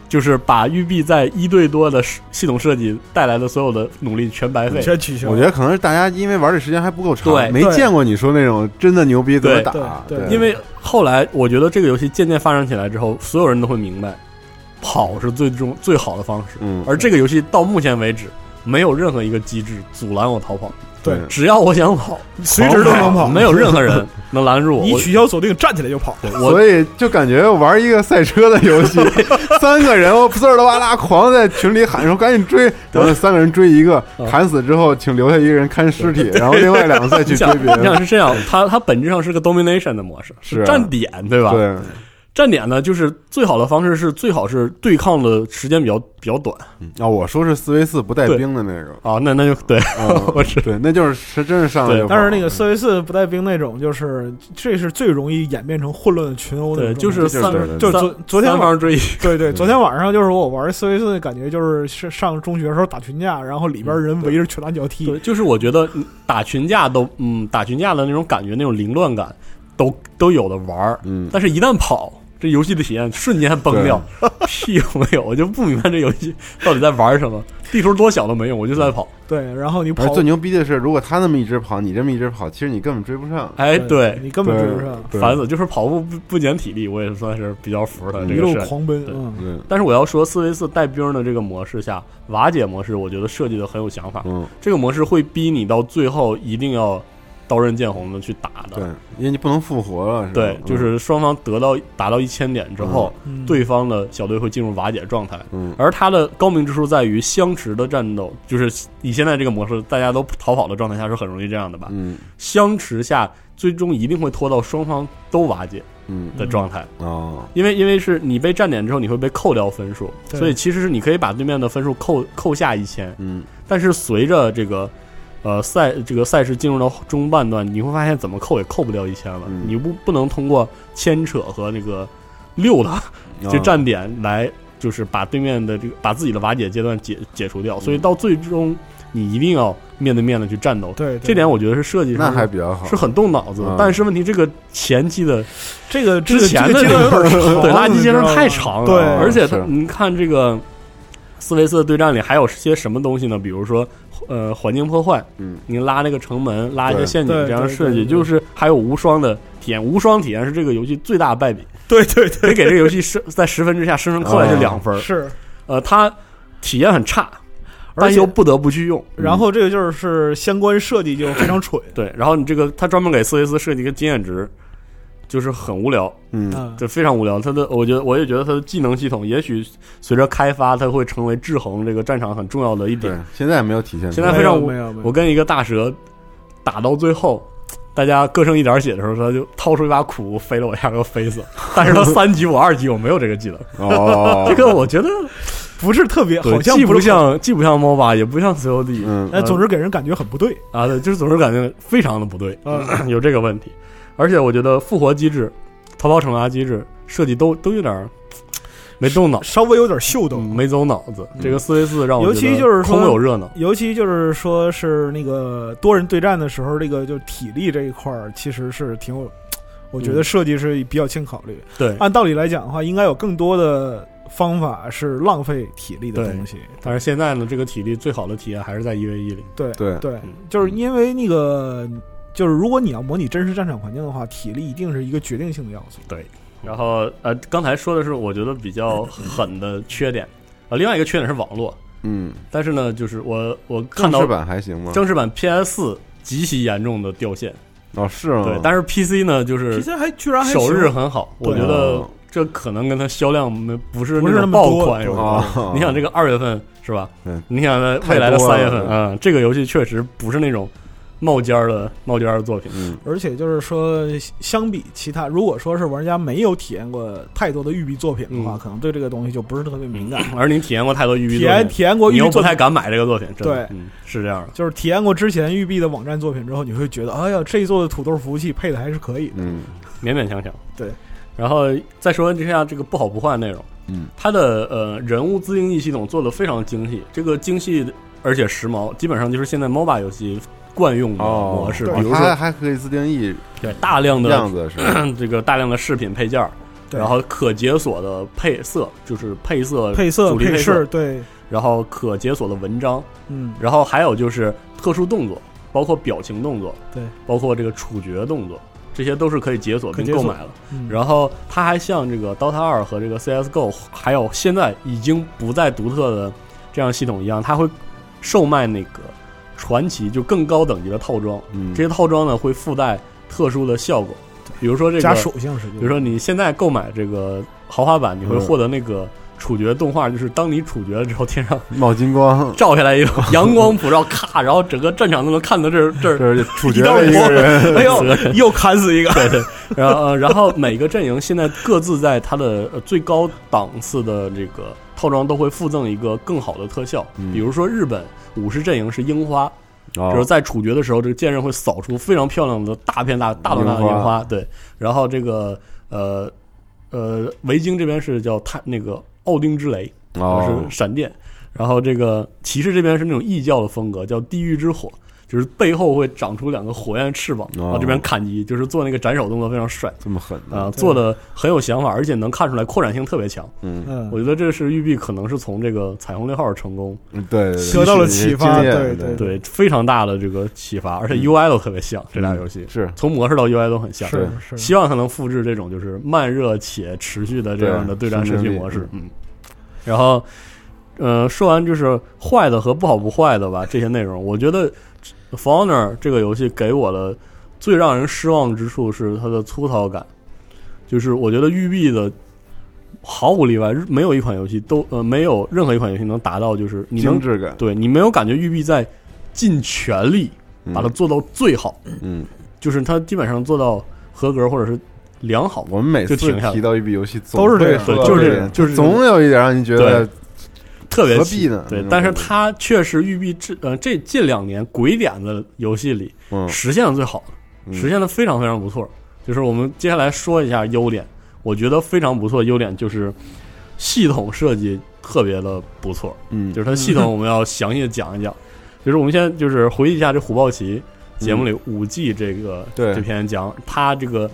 B: 就是把育碧在一对多的系统设计带来的所有的努力全白费。
I: 全取消
H: 我觉得可能是大家因为玩的时间还不够长，
B: 对
H: 没
I: 对
H: 见过你说那种真的牛逼怎么
B: 对
H: 打，
I: 对对
B: 因为后来我觉得这个游戏渐渐发展起来之后，所有人都会明白，跑是最终最好的方式。
H: 嗯，
B: 而这个游戏到目前为止，没有任何一个机制阻拦我逃跑，
I: 对
B: 只要我 想跑，
I: 随时都能跑
B: 没有任何人能拦住我。
I: 你
B: 我
I: 取消锁定，站起来就跑。
B: 我
H: 所以就感觉玩一个赛车的游 戏，三个人我滋儿的哇啦狂在群里喊说赶紧追，然后三个人追一个，
B: 嗯
H: 砍死之后请留下一个人看尸体，然后另外两个再去
B: 你
H: 追
B: 想，
H: 别
B: 你想
H: 人。
B: 是这样，它它本质上是个 domination 的模式，
H: 是
B: 站点，对吧？
H: 对，
B: 站点呢，就是最好的方式是最好是对抗的时间比较比较短
H: 啊，我说是四 v 四不带兵的那个，
B: 啊，那那就对，
H: 嗯
B: 我知
H: 对，那就是是真是上来就跑。
I: 但是那个
B: 嗯
I: 四 v 四不带兵那种，就是这是最容易演变成混乱的群殴的
B: 对，
I: 那种
B: 就
I: 状态。
H: 就
B: 是
H: 是
B: 三
H: 对对
I: 就昨昨天
B: 晚
I: 晚上
B: 上追
I: 对对，昨天晚上就是我玩四 v 四，感觉就是是上中学的时候打群架，然后里边人围着拳打脚踢，
B: 嗯对，就是我觉得嗯打群架都，嗯，打群架的那种感觉，那种凌乱感，都都有的玩儿。
H: 嗯，
B: 但是，一旦跑，这游戏的体验瞬间崩掉， 屁都没有。我就不明白这游戏到底在玩什么。地图多小都没用，我就在跑。
I: 对，然后你
H: 而
I: 跑
H: 最，牛逼的是，如果他那么一直跑，你这么一直跑，其实你根本追不上。
B: 哎，
I: 对
B: 对，
I: 你根本追不上，
H: 对
B: 烦死！就是跑步不不减体力，我也算是比较服他
H: 嗯
B: 这
I: 一
B: 个
I: 路
B: 事儿。
I: 狂奔，
B: 对
I: 嗯，
H: 嗯
B: 但是我要说，四 v 四带兵的这个模式下，瓦解模式，我觉得设计的很有想法。
H: 嗯，
B: 这个模式会逼你到最后一定要刀刃见红的去打的。
H: 对，因为你不能复活了，是吧嗯
B: 对，就是双方得到达到一千点之后，
I: 嗯
B: 对方的小队会进入瓦解状态。
H: 嗯
B: 而它的高明之处在于相持的战斗，就是以现在这个模式，大家都逃跑的状态下是很容易这样的吧？
H: 嗯
B: 相持下，最终一定会拖到双方都瓦解
H: 嗯
B: 的状态，
H: 嗯哦，
B: 因为因为是你被占点之后，你会被扣掉分数，
I: 对
B: 所以其实是你可以把对面的分数扣扣下一千，
H: 嗯
B: 但是随着这个呃赛这个赛事进入到中半段，你会发现怎么扣也扣不掉一千了，
H: 嗯
B: 你不不能通过牵扯和那个溜达
H: 哦
B: 就站点来，就是把对面的这个把自己的瓦解阶段解解除
H: 嗯
B: 掉，所以到最终你一定要面对面的去战斗。
I: 对，对
B: 这点我觉得是设计上
H: 那还比较好
B: 是。很动脑子的
H: 嗯，
B: 但是问题这个前期的
I: 这个
B: 之前
I: 这
B: 的
I: 个阶段有点长，
B: 对垃圾
I: 你
B: 阶
I: 知道
B: 段
I: 吗
B: 太长了，
I: 对
B: 而且它
H: 是
B: 你看这个四 v 四的对战里还有些什么东西呢？比如说呃环境破坏，
H: 嗯，
B: 你拉那个城门，拉一
H: 对
B: 个陷阱
I: 对
B: 这样
I: 对
B: 设
I: 对
B: 计，
I: 对
B: 就是还有无双的体验，无双体验是这个游戏最大的败笔，
I: 对对对，
B: 可以给这个游戏是在十分之下生生
H: 啊
B: 扣下去两分儿，
I: 是。
B: 呃，它体验很差，
I: 而
B: 但
I: 且
B: 又不得不去用。
I: 然后这个就是相关设计就非常蠢，
B: 对，然后你这个它专门给四 v 四设计一个经验值，就是很无聊，
H: 嗯
I: 嗯，
B: 这非常无聊。它的，我觉得我也觉得它的技能系统，也许随着开发，它会成为制衡这个战场很重要的一
H: 对
B: 点。，
H: 现在没有体现出
B: 现
H: 来。
B: 在非常无
I: 没有没有
B: 我跟一个大蛇打到最后，大家各剩一点血的时候，他就掏出一把苦飞了我一下，给我 飞死了。但是他三级，我二级，我没有这个技能。
H: 哦，
B: 这个我觉得
I: 不是特别，
B: 对
I: 好像
B: 既
I: 不
B: 不
I: 是，
B: 像既不像 MOBA，也不像 COD，
H: 嗯
I: 哎，总之给人感觉很不对，
B: 啊，对，就是总是感觉非常的不对，
I: 嗯
B: 有这个问题。而且我觉得复活机制、逃跑惩罚机制设计都都有点儿没动脑，
I: 稍微有点秀逗，
B: 没走脑子。这个四 v 四让
I: 嗯
B: 我
I: 尤
B: 觉得
I: 其就是说
B: 空有热闹，
I: 尤其就是说是那个多人对战的时候，这个就体力这一块儿其实是挺有，我
B: 嗯
I: 觉得设计是比较欠考虑。
B: 对
I: 按道理来讲的话，应该有更多的方法是浪费体力的
B: 对
I: 东西。
B: 但是现在呢，这个体力最好的体验还是在一 v 一里。
I: 对
H: 对
I: 对，
B: 嗯
I: 就是因为那个，就是如果你要模拟真实战场环境的话，体力一定是一个决定性的要素。
B: 对，然后呃，刚才说的是我觉得比较狠的缺点，啊，另外一个缺点是网络，
H: 嗯，
B: 但是呢，就是我我看
H: 正
B: 到
H: 式版还行吗？
B: 正式版 PS 四极其严重的掉线，
H: 哦，是吗？
B: 对，但是 PC 呢就是
I: PC 还居然还行
B: 首日很好，我觉得
H: 对
B: 这可能跟它销量没不是
I: 不是
B: 那
I: 那
B: 种
I: 么
B: 爆
I: 多
B: 款有关系。
H: 哦
B: 你想这个二月份是吧？
H: 嗯
B: 你想在
H: 太
B: 未来的
H: 多
B: 三月
H: 了
B: 份，嗯，这个游戏确实不是那种冒尖儿的冒尖儿的作品。
H: 嗯，
I: 而且就是说，相比其他，如果说是玩家没有体验过太多的育碧作品的话，
B: 嗯
I: 可能对这个东西就不是特别敏感。
B: 而你体验过太多育碧
I: 体
B: 作
I: 验
B: 品，
I: 体验过
B: 你
I: 育
B: 又
I: 碧
B: 不
I: 作
B: 太
I: 品，
B: 敢买这个作品，真的
I: 对，
B: 嗯，是这样的。
I: 就是体验过之前育碧的网站作品之后，你会觉得，哎呀，这一座的土豆服务器配的还是可以的。
H: 嗯
B: 勉勉强强。
I: 对，
B: 然后再说一下这个不好不坏内容，
H: 嗯，
B: 它的呃人物自定义系统做的非常精细，这个精细而且时髦，基本上就是现在 MOBA 游戏惯用的
H: 哦，
B: 模式，
H: 哦
B: 比如
H: 它还
B: 说嗯
H: 还可以自定 义
B: 对大量的
H: 样子是吧
B: 这个大量的饰品配件儿。
I: 对
B: 然后可解锁的配色就是配色、
I: 配色、
B: 主力
I: 配
B: 配
I: 饰，，对，
B: 然后可解锁的文章，
I: 嗯，
B: 然后还有就是特殊动作，包括表情动作，
I: 对，
B: 包括这个处决动作，这些都是可以解锁
I: 可
B: 并
I: 解
B: 购
I: 锁
B: 买的。
I: 嗯
B: 然后它还像这个 DOTA 二和这个 CS:GO，还有现在已经不再独特的这样系统一样，它会售卖那个传奇就更高等级的套装。
H: 嗯
B: 这些套装呢会附带特殊的效果，比如说这
I: 加
B: 个，
I: 属性是，
B: 比如说你现在购买这个豪华版，你会
H: 嗯
B: 获得那个处决动画，就是当你处决了之后，天上
H: 冒金光，
B: 照下来一 种阳光普照，咔，然后整个战场都能看到这儿这儿
H: 这是处决
B: 一道
H: 了一
B: 光
H: 个人，
B: 哎呦，
I: 又砍死 一个，
B: 对对，然后、呃、然后每个阵营现在各自在它的呃最高档次的这个套装都会附赠一个更好的特效，
H: 嗯
B: 比如说日本武士阵营是樱花，就 是
H: 哦
B: 在处决的时候，这个剑刃会扫出非常漂亮的大片大大段大的
H: 樱花
B: 樱花，对，然后这个呃呃维京这边是叫太那个奥丁之雷，呃
H: 哦
B: 就是闪电。然后这个骑士这边是那种异教的风格，叫地狱之火，就是背后会长出两个火焰翅膀，
H: 哦嗯
B: 然后这边砍击，就是做那个斩首动作非常帅
H: 这么狠
B: 啊、
H: 的，
B: 做的很有想法，而且能看出来扩展性特别强。
H: 嗯，
I: 嗯
B: 我，觉得这是育碧可能是从这个彩虹六号成功
H: 嗯对，对
I: 得到了启发
H: 经验
I: 对对
H: 对
B: 对非常大的这个启发，而且
H: 嗯
B: UI 都特别像这俩游戏，
H: 是
B: 从模式到 UI 都很像。
I: 是
H: 对
I: 是，
B: 希望它能复制这种就是慢热且持续的这样的
H: 对
B: 对战
H: 生
B: 社
H: 命
B: 区
H: 力
B: 模式。嗯，然后，呃，说完就是坏的和不好不坏的吧，这些内容，我觉得《f o n o r 这个游戏给我的最让人失望之处是它的粗糙感，就是我觉得育碧的。毫无例外，日没有一款游戏都呃没有任何一款游戏能达到，就是你能
H: 精致感，
B: 对你没有感觉育碧在尽全力把它做到最好，
H: 嗯嗯，嗯
B: 就是它基本上做到合格或者是良好。
H: 我们每次
B: 就停下来
H: 提到一笔游戏，总
I: 都是这
H: 会
I: 样
H: 说
B: 对
H: 到
B: 就是
H: 这
B: 这
H: 个
B: 样就是
H: 总有一点让人觉得
B: 特别
H: 何
B: 奇
H: 必呢那
B: 对
H: 种，
B: 但是
H: 感觉
B: 它确实育碧这呃这近两年鬼点子游戏里
H: 嗯
B: 实现的最好的，
H: 嗯
B: 实现的非常非常不错。就是我们接下来说一下优点，我觉得非常不错。优点就是系统设计特别的不错，
H: 嗯
B: 就是它系统我们要详细的讲一讲。就是我们现在就是回忆一下这虎豹骑
H: 嗯
B: 节目里五 G 这个、
H: 对
B: 这篇讲，他这个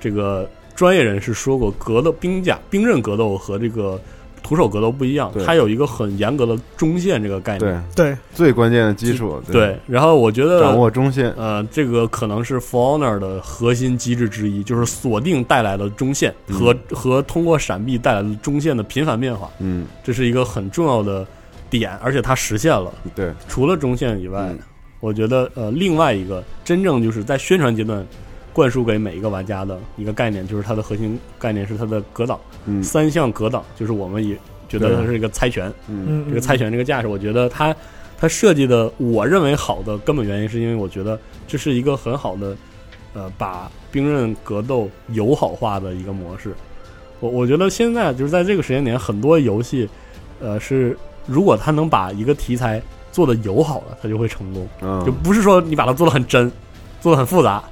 B: 这个专业人士说过，格斗兵甲兵刃格斗和这个徒手格斗不一样，
H: 对
B: 它有一个很严格的中线这个概
H: 对
B: 念。
I: 对，
H: 最关键的基础，
B: 对，然后我觉得
H: 掌握中线，
B: 呃，这个可能是 For Honor 的核心机制之一，就是锁定带来的中线
H: 嗯
B: 和、和通过闪避带来的中线的频繁变化，
H: 嗯，
B: 这是一个很重要的点，而且它实现了。
H: 对，
B: 除了中线以外，
H: 嗯
B: 我觉得呃，另外一个真正就是在宣传阶段灌输给每一个玩家的一个概念，就是它的核心概念是它的格挡，
H: 嗯
B: 三项格挡，就是我们也觉得
H: 对
B: 它是一个猜拳，
H: 嗯
I: 嗯，
B: 这个猜拳这个架势，我觉得它它设计的，我认为好的根本原因是因为我觉得这是一个很好的呃把兵刃格斗友好化的一个模式。我我觉得现在就是在这个时间点，很多游戏呃是如果它能把一个题材做的友好了，它就会成功，
H: 嗯，
B: 就不是说你把它做的很真，做的很复杂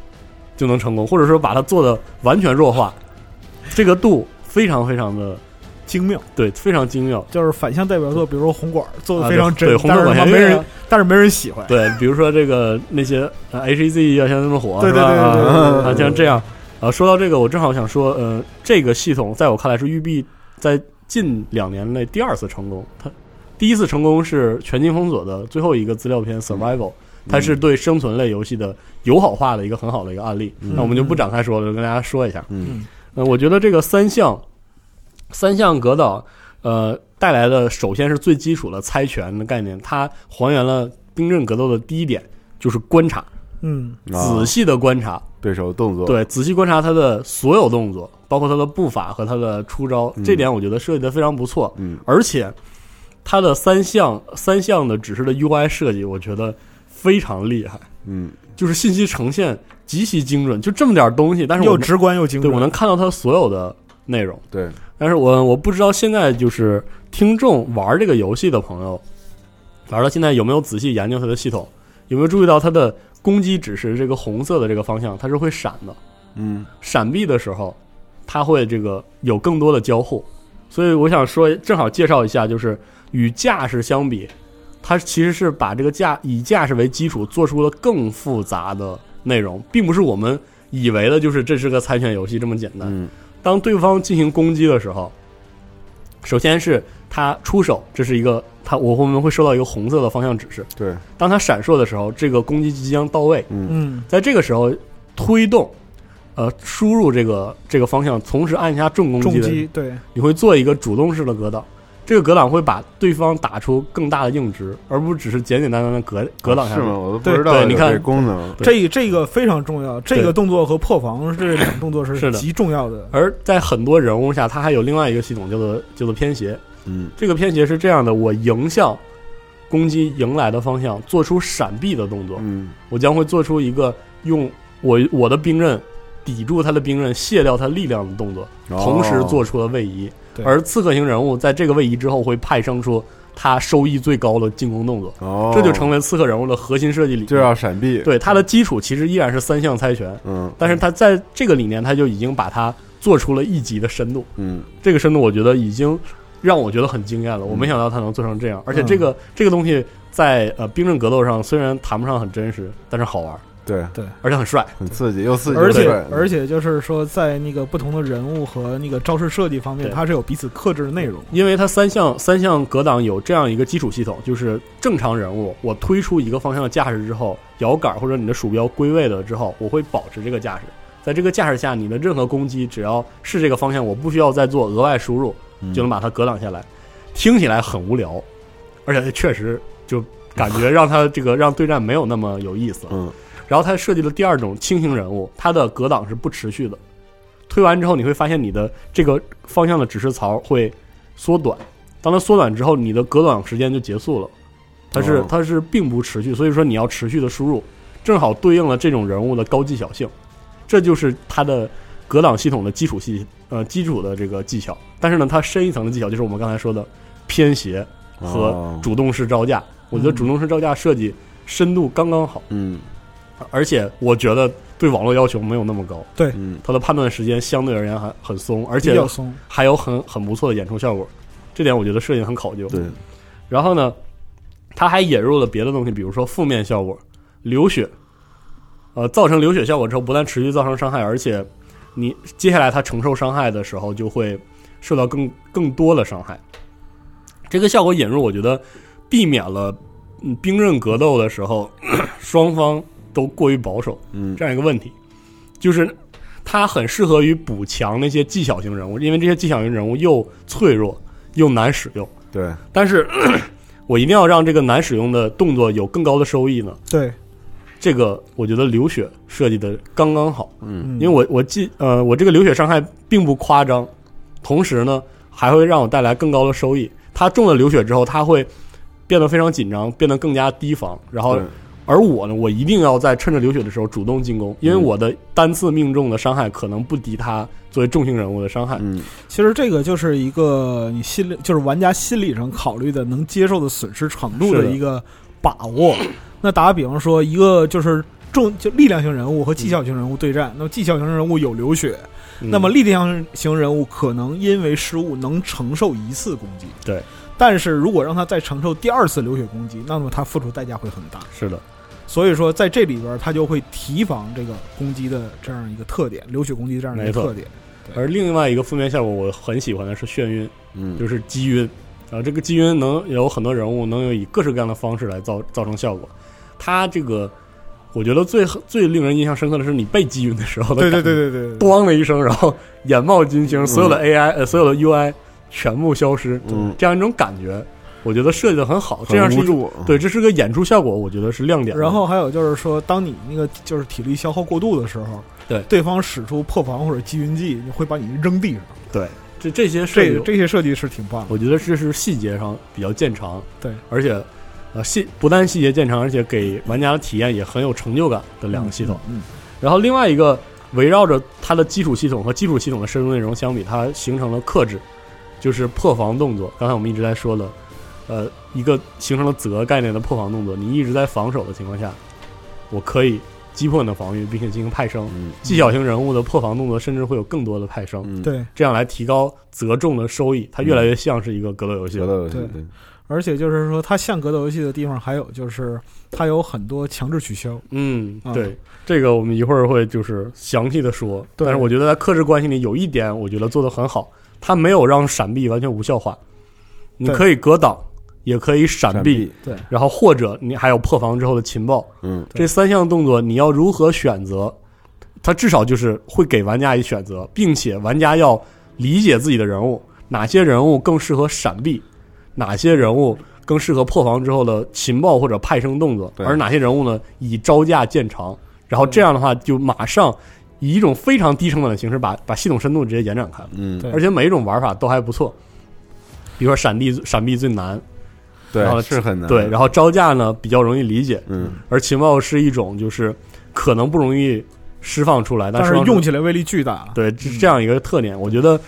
B: 就能成功，或者说把它做的完全弱化，这个度非常非常的
I: 精妙，
B: 对，非常精妙。
I: 就是反向代表作，比如说红管做的非
B: 啊
I: 常
B: 对
I: 真，
B: 对红
I: 但
B: 管
I: 是
B: 管
I: 他妈
B: 弦
I: 没
B: 乐
I: 人
B: 啊，
I: 但是没人喜欢。
B: 对，比如说这个那些 H E Z 要像那么火，
I: 对
B: 是吧
I: 对对对对对对
B: 啊，像这样，啊，说到这个，我正好想说，呃，这个系统在我看来是育碧在近两年内第二次成功。它第一次成功是《全境封锁》的最后一个资料片《Survival》，它是对生存类游戏的友好化的一个很好的一个案例。那我们就不展开说了，就跟大家说一下。
H: 嗯，
B: 呃，我觉得这个三项三项格导，呃，带来的首先是最基础的猜拳的概念，它还原了冰镇格斗的第一点，就是观察，
I: 嗯，
B: 仔细的观察，
H: 对手动作，
B: 对，仔细观察他的所有动作，包括他的步伐和他的出招，这点我觉得设计的非常不错。
H: 嗯，
B: 而且它的三项三项的指示的 UI 设计，我觉得非常厉害，
H: 嗯
B: 就是信息呈现极其精准，就这么点儿东西，但是我
I: 又
B: 能
I: 直观又精
B: 对我
I: 准。
B: 能看到它所有的内容。
H: 对，
B: 但是我我不知道现在就是听众玩这个游戏的朋友，玩到现在有没有仔细研究它的系统，有没有注意到它的攻击指示这个红色的这个方向，它是会闪的。
H: 嗯
B: 闪避的时候，它会这个有更多的交互。所以我想说，正好介绍一下，就是与架势相比，它其实是把这个架以架势为基础，做出了更复杂的内容，并不是我们以为的就是这是个猜拳游戏这么简单。
H: 嗯
B: 当对方进行攻击的时候，首先是他出手，这是一个他我我们会收到一个红色的方向指示。
H: 对，
B: 当他闪烁的时候，这个攻击即将到位。
H: 嗯
I: 嗯
B: 在这个时候推动，呃，输入这个这个方向，同时按下重攻
I: 重
B: 击的，
I: 击对，
B: 你会做一个主动式的格挡。这个格挡会把对方打出更大的硬直，而不只是简简单单的格格挡
H: 哦
B: 下
H: 是
B: 去。
H: 吗？我都不知道
B: 对
H: 有
B: 你看
H: 这功能，
B: 对
I: 这这个非常重要，这个动作和破防这两个动作
B: 是
I: 是
B: 的
I: 极重要的。
B: 而在很多人物下，它还有另外一个系统叫做叫做偏斜。
H: 嗯
B: 这个偏斜是这样的：我迎向攻击迎来的方向，做出闪避的动作。
H: 嗯
B: 我将会做出一个用我我的兵刃抵住他的兵刃，卸掉他力量的动作，
H: 哦
B: 同时做出了位移。
I: 对
B: 而刺客型人物在这个位移之后会派生出他收益最高的进攻动作，
H: 哦，
B: 这就成为刺客人物的核心设计理
H: 就
B: 念。
H: 要闪避，
B: 对它的基础其实依然是三项猜拳，
H: 嗯
B: 但是它在这个里面，它就已经把它做出了一级的深度。
H: 嗯
B: 这个深度我觉得已经让我觉得很惊艳了，我没想到它能做成这样。而
H: 嗯
B: 且这个、这个东西在呃冰镇格斗上虽然谈不上很真实，但是好玩，
H: 对，
B: 而且很帅。
H: 很刺激又刺激，
I: 而且
H: 且
I: 而且就是说，在那个不同的人物和那个招式设计方面，
B: 对
I: 它是有彼此克制的内容。
B: 因为它三项三项格挡有这样一个基础系统，就是正常人物我推出一个方向的架势之后，摇杆或者你的鼠标归位了之后，我会保持这个架势。在这个架势下，你的任何攻击只要是这个方向，我不需要再做额外输入，就能把它格挡下来。听起来很无聊，而且确实就感觉让它这个让对战没有那么有意思了。
H: 嗯
B: 然后他设计了第二种轻型人物，他的格挡是不持续的，推完之后你会发现你的这个方向的指示槽会缩短，当它缩短之后，你的格挡时间就结束了，它是
H: 哦
B: 它是并不持续，所以说你要持续的输入，正好对应了这种人物的高技巧性，这就是它的格挡系统的基础系呃基础的这个技巧，但是呢，它深一层的技巧就是我们刚才说的偏斜和
H: 哦
B: 主动式招架，我觉得主动式招架设计深度刚刚好。
H: 嗯
B: 而且我觉得对网络要求没有那么高，
H: 嗯
B: 它的判断时间相对而言还很松，而
I: 比
B: 且
I: 较松，
B: 还有很很不错的演出效果，这点我觉得摄影很考究。
H: 对，
B: 然后呢，它还引入了别的东西，比如说负面效果，流血，呃，造成流血效果之后，不但持续造成伤害，而且你接下来他承受伤害的时候，就会受到更更多的伤害。这个效果引入，我觉得避免了嗯兵刃格斗的时候 双方都过于保守
H: 嗯
B: 这样一个问题，就是它很适合于补强那些技巧型人物，因为这些技巧型人物又脆弱又难使用。
H: 对，
B: 但是 我一定要让这个难使用的动作有更高的收益呢。
I: 对，
B: 这个我觉得流血设计的刚刚好，
H: 嗯
I: 嗯
B: 因为我我记呃我这个流血伤害并不夸张，同时呢还会让我带来更高的收益。他中了流血之后，他会变得非常紧张，变得更加提防，然后
H: 对
B: 而我呢，我一定要在趁着流血的时候主动进攻，
I: 嗯
B: 因为我的单次命中的伤害可能不敌他作为重型人物的伤害。
H: 嗯
I: 其实这个就是一个你心里，就是玩家心理上考虑的能接受的损失程度的
B: 是的
I: 一个把握。那打个比方说，一个就是重就力量型人物和技巧型人物对战，那么技巧型人物有流血，
B: 嗯
I: 那么力量型人物可能因为失误能承受一次攻击，
B: 对，
I: 但是如果让他再承受第二次流血攻击，那么他付出代价会很大。
B: 是的，
I: 所以说，在这里边儿他就会提防这个攻击的这样一个特点，流血攻击这样一
B: 没
I: 个
B: 错
I: 特点。
B: 而另外一个负面效果我很喜欢的是眩晕，
H: 嗯
B: 就是击晕。然后这个击晕能有很多人物能有以各式各样的方式来造造成效果。它这个我觉得最最令人印象深刻的是你被击晕的时候的
I: 对对
B: 感觉，
I: 对对对对，
B: 咣的一声，然后眼冒金星，所有的 AI 呃所有的 UI 全部消失，
H: 嗯
B: 这样一种感觉，我觉得设计的很好，这样
H: 很
B: 是
H: 无
B: 一种
H: 助，
B: 对，这是个演出效果，我觉得是亮点的。
I: 然后还有就是说，当你那个就是体力消耗过度的时候，
B: 对
I: 对方使出破防或者击晕技，会把你扔地上。
B: 对这这些设计
I: 这这些设计是挺棒的。
B: 我觉得这是细节上比较见长，
I: 对，
B: 而且呃细不但细节见长，而且给玩家的体验也很有成就感的两个系统。
I: 嗯，嗯，
B: 然后另外一个围绕着它的基础系统和基础系统的深入内容相比，它形成了克制，就是破防动作。刚才我们一直在说的，呃，一个形成了子格概念的破防动作，你一直在防守的情况下，我可以击破你的防御，并且进行派生。
H: 嗯
B: 技巧型人物的破防动作甚至会有更多的派生，
H: 嗯，
I: 对，
B: 这样来提高折中的收益。它越来越像是一嗯个格斗游戏
H: 觉得
B: 了。
I: 对而且就是说，它像格斗游戏的地方，还有就是它有很多强制取消。
B: 嗯，
I: 啊
B: 对，这个我们一会儿会就是详细的说。
I: 对
B: 但是我觉得在克制关系里有一点，我觉得做的很好，它没有让闪避完全无效化，你
I: 对
B: 可以格挡，也可以闪避，
H: 闪避，
B: 然后或者你还有破防之后的情报，
H: 嗯，
B: 这三项动作你要如何选择？它至少就是会给玩家一选择，并且玩家要理解自己的人物，哪些人物更适合闪避，哪些人物更适合破防之后的情报或者派生动作，
H: 对
B: 而哪些人物呢以招架见长。然后这样的话，就马上以一种非常低成本的形式把把系统深度直接延展开了，
H: 嗯，
I: 对
B: 而且每一种玩法都还不错。比如说闪避，闪避最难，然后
H: 对，是很难，
B: 对，，然后招架呢比较容易理解，
H: 嗯，
B: 而情报是一种就是可能不容易释放出来，
I: 但
B: 是
I: 是用
B: 起
I: 起来威力巨大，啊
B: 对是这样一个特点，我觉得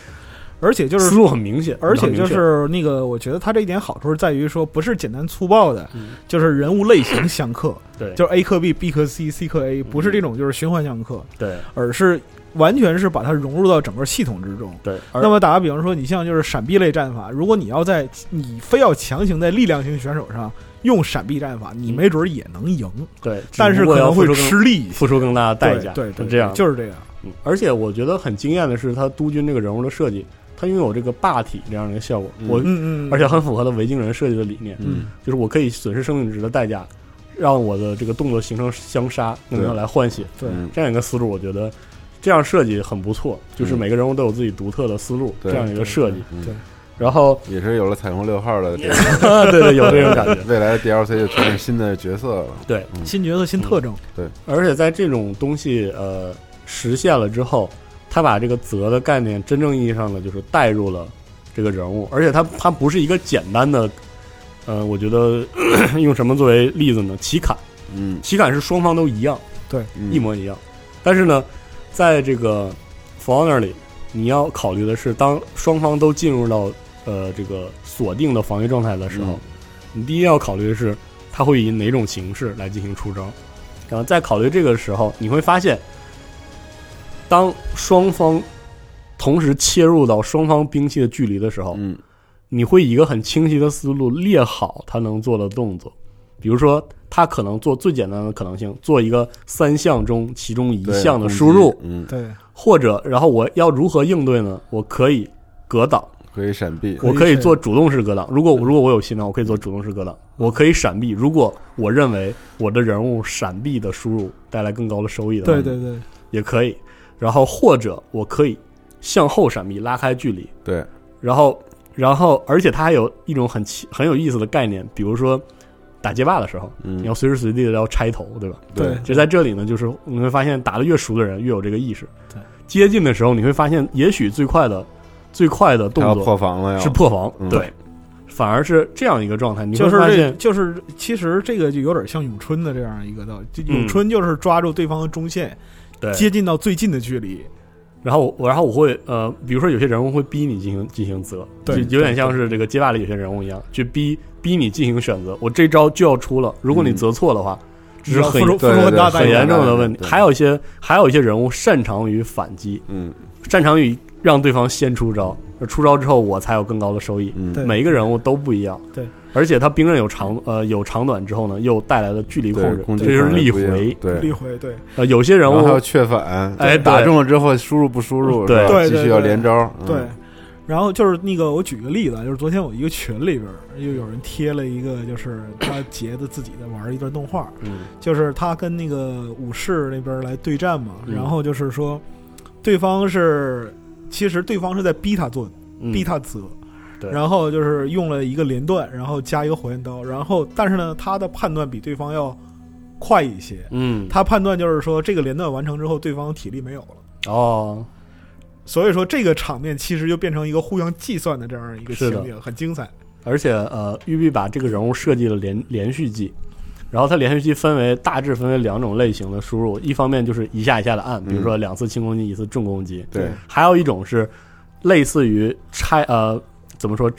I: 而且就是
B: 思路很明显，
I: 而且就
B: 很明
I: 是那个，我觉得它这一点好处是在于说，不是简单粗暴的，就是人物类型相克，
B: 显对
I: 就是 A 克 B，B 克 C，C 克 A，不是这种就是循环相克，
B: 对
I: 而是完全是把它融入到整个系统之中。
B: 对，而
I: 那么打个比方说，你像就是闪避类战法，如果你要在你非要强行在力量型选手上用闪避战法，你没准儿也能赢，
B: 对，
I: 但是
B: 嗯只不
I: 可
B: 过要
I: 能会
B: 付出更
I: 吃力一些。
B: 付出更大的代价，
I: 对对，对
B: 是这样。
I: 就是这样。
B: 嗯而且我觉得很惊艳的是，他督军这个人物的设计，他拥有这个霸体这样的一个效果，
H: 嗯
B: 我
I: 嗯嗯，
B: 而且很符合他维京人设计的理念，
H: 嗯，
B: 就是我可以损失生命值的代价，让我的这个动作形成相杀，用它
H: 对
B: 来换血。
I: 对
H: 嗯
B: 这样一个思路，我觉得这样设计很不错，就是
H: 嗯
B: 每个人物都有自己独特的思路，
H: 对
B: 这样一个设计。
H: 对对
B: 然后
H: 也是有了彩虹六号的这个
B: 对对， 有这种感觉。
H: 未来的 DLC 就全是新的角色了，
B: 对，
I: 新角色新特征，
B: 嗯而且在这种东西呃实现了之后，他把这个“责”的概念真正意义上的就是带入了这个人物，而且他他不是一个简单的，呃，我觉得 用什么作为例子呢？奇坎，
H: 嗯，
B: 奇坎是双方都一样。
H: 嗯
B: 一模一样。但是呢，在这个 f o r n e r 里，你要考虑的是，当双方都进入到呃这个锁定的防御状态的时候，
H: 嗯
B: 你第一要考虑的是，它会以哪种形式来进行出招。然后在考虑这个的时候，你会发现，当双方同时切入到双方兵器的距离的时候，
H: 嗯
B: 你会以一个很清晰的思路列好他能做的动作，比如说他可能做最简单的可能性，做一个三项中其中一
H: 对
B: 项的
H: 攻击
B: 输入，
H: 嗯，
I: 对，
B: 或者然后我要如何应对呢？我可以格挡，
H: 可以闪避，
B: 我
I: 以
B: 可以
I: 是
B: 做主动式格挡。如果如果我有心呢，我可以做主动式格挡，我可以闪避。如果我认为我的人物闪避的输入带来更高的收益的话，
I: 对对对，
B: 也可以。然后或者我可以向后闪避，拉开距离，
H: 对，
B: 然后，然后，而且它还有一种很奇很有意思的概念，比如说打街霸的时候，
H: 嗯
B: 你要随时随地的要拆头，对吧？
H: 对
I: 对，
B: 就在这里呢，就是你会发现，打得越熟的人越有这个意识。
I: 对，
B: 接近的时候，你会发现，也许最快的、最快的
H: 他要破
B: 动作
H: 防了呀，
B: 是破防，
H: 嗯
B: 对，反而是这样一个状态。你
I: 就
B: 会
I: 是
B: 发
I: 这
B: 现，
I: 就是其实这个就有点像咏春的这样一个道理，就咏
B: 嗯
I: 春就是抓住对方的中线，
B: 对，
I: 接近到最近的距离，
B: 然后我，然后我会呃，比如说有些人物会逼你进行进行择，
I: 对
B: 就有点像是这个街霸里有些人物一样，去逼逼你进行选择。我这招就要出了，如果你择错的话，这是
I: 嗯要付
B: 很
I: 出付出很大代价
B: 很严重的问题。
H: 对
B: 还有一些还有一些人物擅长于反击，
H: 嗯
B: 擅长于让对方先出招，出招之后我才有更高的收益。
H: 嗯
I: 对
B: 每一个人物都不一样，
I: 对，
B: 而且他兵刃有长呃有长短之后呢，又带来了距离控
H: 对，
B: 制，
H: 攻
B: 这
H: 击
B: 就是
H: 能力
B: 力
H: 不一样
B: 回。
H: 对，
I: 力回对
B: 呃，有些人
H: 然后还
B: 物
H: 有确反，
B: 哎对
H: 打中了之后输入不输入，
B: 对
H: 是吧
I: 对
H: 继
I: 对
H: 续要
I: 对
H: 连招，嗯
I: 对。然后就是那个，我举个例子啊，就是昨天我一个群里边儿又有人贴了一个，就是他截的自己在玩儿一段动画，
B: 嗯
I: 就是他跟那个武士那边来对战嘛，
B: 嗯
I: 然后就是说，对方是其实对方是在逼他做，
B: 嗯
I: 逼他责，
B: 对
I: 然后就是用了一个连段，然后加一个火焰刀，然后但是呢，他的判断比对方要快一些，
B: 嗯
I: 他判断就是说这个连段完成之后，对方体力没有了。
B: 哦
I: 所以说，这个场面其实就变成一个互相计算的这样一个
B: 是的
I: 情景，很精彩。
B: 而且呃，育碧把这个人物设计了连连续技，然后它连续技分为大致分为两种类型的输入，一方面就是一下一下的按，比如说两次轻攻击，一次重攻击，
H: 对，
B: 还有一种是类似于拆呃怎么说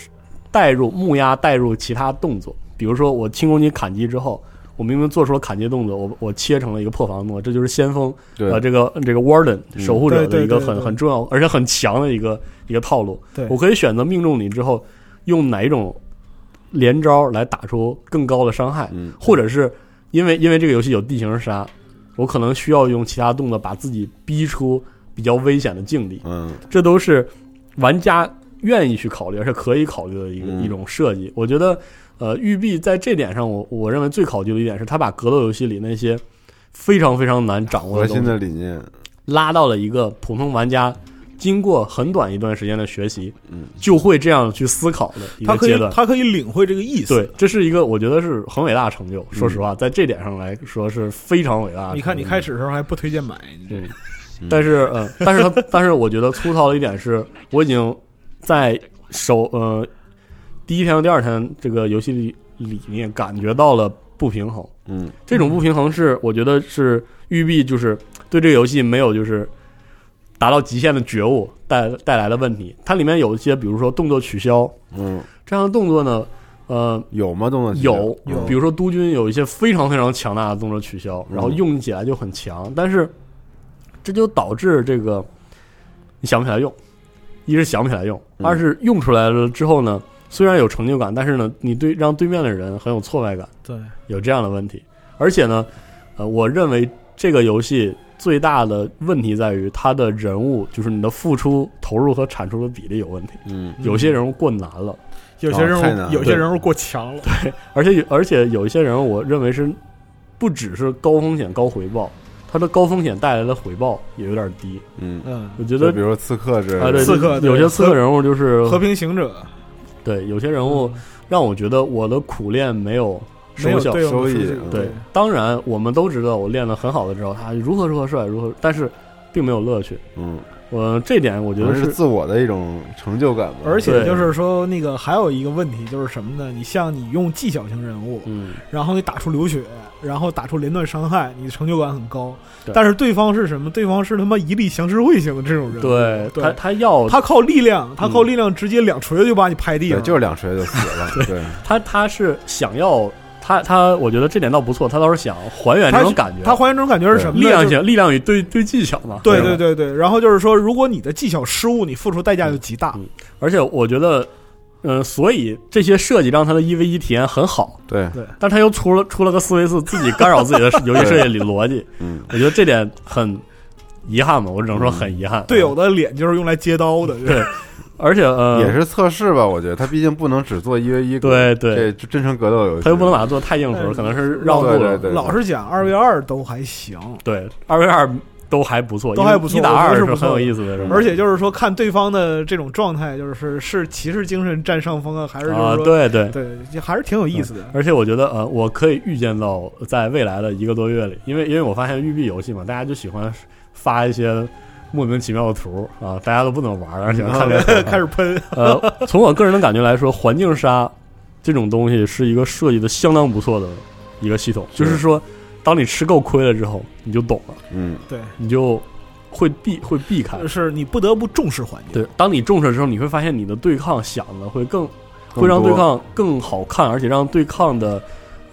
B: 带入木压带入其他动作，比如说我轻攻击砍击之后。我明明做出了砍击动作，我我切成了一个破防动作，这就是先锋
H: 对
B: 呃，这个这个 warden
H: 嗯
B: 守护者
I: 对
B: 的
I: 对
B: 一个
I: 对
B: 很
I: 对
B: 很重要而且很强的一个一个套路。
I: 对
B: 我可以选择命中你之后，用哪一种连招来打出更高的伤害，
H: 嗯
B: 或者是因为因为这个游戏有地形杀，我可能需要用其他动作把自己逼出比较危险的境地，
H: 嗯
B: 这都是玩家愿意去考虑，而且可以考虑的一个、
H: 嗯
B: 一种设计。我觉得，呃，育碧在这点上我，我认为最考究的一点是，他把格斗游戏里那些非常非常难掌握
H: 核
B: 的东
H: 心
B: 西
H: 的理念，
B: 拉到了一个普通玩家。经过很短一段时间的学习，
H: 嗯
B: 就会这样去思考的一
I: 他
B: 个
I: 可以
B: 阶段，。
I: 他可以领会这个意思。
B: 对，这是一个我觉得是很伟大的成就。说实话，在这点上来说是非常伟大的。
I: 你看，你开始的时候还不推荐买，你这
B: 嗯，但是呃，但是他， 但是我觉得粗糙的一点是，我已经在首呃第一天和第二天这个游戏里里面感觉到了不平衡。
H: 嗯
B: 这种不平衡是我觉得是育碧就是对这个游戏没有就是达到极限的觉悟带带来的问题。它里面有一些，比如说动作取消
H: 嗯，
B: 这样的动作呢，呃，
H: 有吗？动作区
B: 有
H: 嗯
B: 比如说督军有一些非常非常强大的动作取消，
H: 嗯
B: 然后用起来就很强，但是这就导致这个你想不起来用，一是想不起来用，
H: 嗯
B: 二是用出来了之后呢，虽然有成就感，但是呢，你对让对面的人很有挫败感，
I: 对，
B: 有这样的问题。而且呢，呃，我认为这个游戏最大的问题在于它的人物，就是你的付出、投入和产出的比例有问题，
H: 嗯
B: 有些人物过难了。
I: 有些人
H: 哦太难了
I: 物有些人物过强了，
B: 而且有而且有一些人，我认为是不只是高风险高回报，他的高风险带来的回报也有点低。
H: 嗯，
I: 嗯，
B: 我觉
H: 就
B: 得
H: 比如说刺客之类
B: 啊，对，
H: 的，
I: 刺客
B: 就有
I: 对
B: 些刺客
I: 和
B: 人物就是
I: 和平行者
B: 对有些人物让我觉得我的苦练没有
I: 没
B: 收
I: 有
B: 效。
I: 对
H: 收
I: 我们
H: 益
I: 出去
B: 对，当然我们都知道我练得很好的之后，他如何如何帅，如何，但是并没有乐趣。
H: 嗯，
B: 我这点我觉
H: 可
B: 得
H: 能是
B: 是
H: 自我的一种成就感吧。
I: 而且
B: 对
I: 就是说，那个还有一个问题就是什么呢？你像你用技巧型人物，
B: 嗯，
I: 然后你打出流血，然后打出连段伤害，你的成就感很高
B: 对。
I: 但是对方是什么？对方是他妈一力降十会型的这种人物，
B: 对他
I: 嗯对，
B: 他要
I: 他靠力量，他靠
B: 嗯
I: 力量直接两锤子就把你拍地
H: 对，
I: 上，
H: 就是两锤就死 了。对，
B: 他他是想要他他，我觉得这点倒不错，他倒是想还原这种感觉，
I: 他还原这种感觉是什么呢？
B: 力量
I: 就是
B: 型力量与对对技巧嘛，
I: 对
B: 吧
I: 对对对，然后就是说，如果你的技巧失误，你付出代价就极大
B: 嗯。而且我觉得，嗯、所以这些设计让他的一 v 一体验很好，
H: 对，
B: 但他又出了出了个四 v 四，自己干扰自己的游戏设计理逻辑，
H: 嗯，
B: 我觉得这点很遗憾吧，我只能说很遗憾。
I: 队友嗯的脸就是用来接刀的，
B: 对，而且呃，
H: 也是测试吧，我觉得他毕竟不能只做一 v 一，
B: 对对
H: 这这真诚格斗游戏，
B: 他又不能把它做太硬核，可能是让路
H: 对对
B: 了。
H: 对，
I: 老实讲，二 v 二都还行，
B: 对，二 v 二都还不错，
I: 都还不错
B: 一打
I: 我觉
B: 二
I: 得是不
B: 很有
I: 错的
B: 意思的，是吧
I: 而且就是说看对方的这种状态，就是是骑士精神占上风啊，还是就
B: 啊，
I: 是说
B: 对对。
I: 对，还是挺有意思的。
B: 而且我觉得，呃，我可以预见到，在未来的一个多月里，因为因为我发现育碧游戏嘛，大家就喜欢发一些莫名其妙的图啊，大家都不怎么玩儿，而且看这个
I: 开始喷，
B: 呃，从我个人的感觉来说，环境杀这种东西是一个设计的相当不错的一个系统，就是说，当你吃够亏了之后，你就懂了，
H: 嗯，
I: 对，
B: 你就会避会避开。
I: 是你不得不重视环境。
B: 对，当你重视的时候，你会发现你的对抗想的会更
H: 更
B: 会让对
H: 多
B: 抗更好看，而且让对抗的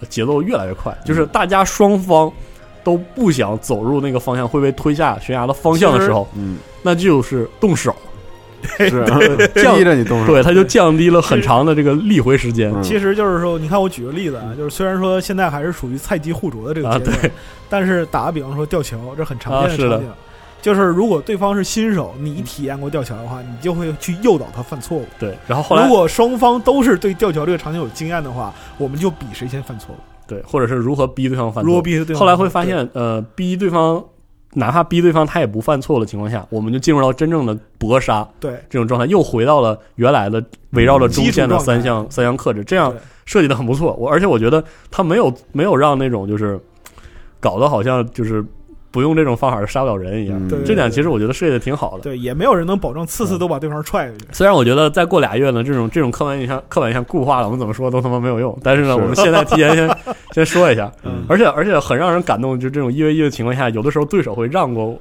B: 节奏越来越快，就是大家双方都不想走入那个方向会被推下悬崖的方向的时候，
H: 嗯，
B: 那就是动手，
H: 是啊
B: 降
H: 逼着你动手，
B: 对，它就降低了很长的这个立回时间。
H: 嗯
I: 其实就是说，你看我举个例子啊，就是虽然说现在还是属于菜鸡互啄的这个
B: 嗯啊
I: 阶段，
B: 对
I: 但是打个比方说吊桥，这很常
B: 啊
I: 见
B: 是的
I: 场景。就是如果对方是新手，你体验过吊桥的话，你就会去诱导他犯错误。
B: 对，然后后来
I: 如果双方都是对吊桥这个场景有经验的话，我们就比谁先犯错误。
B: 对，或者是如何逼对方犯错。
I: 如何逼对方
B: 后来会发
I: 对
B: 现，呃，逼对方，哪怕逼对方他也不犯错的情况下，我们就进入到真正的搏杀
I: 对，
B: 这种状态，又回到了原来的围绕着中线的三项三项克制，这样
I: 对
B: 设计的很不错。我而且我觉得他没有没有让那种就是搞得好像就是不用这种方法杀不了人一样。
H: 嗯
I: 对
B: 这点嗯其实我觉得设计的挺好的。
I: 对，也没有人能保证次次都把对方踹下去。
B: 虽然我觉得再过俩月呢，这种这种刻板印象、刻板印象固化了，我们怎么说都他妈没有用。但是呢，
H: 是
B: 我们现在提前先先说一下，
I: 嗯
B: 而且而且很让人感动，就这种一 v 一的情况下，有的时候对手会让过我，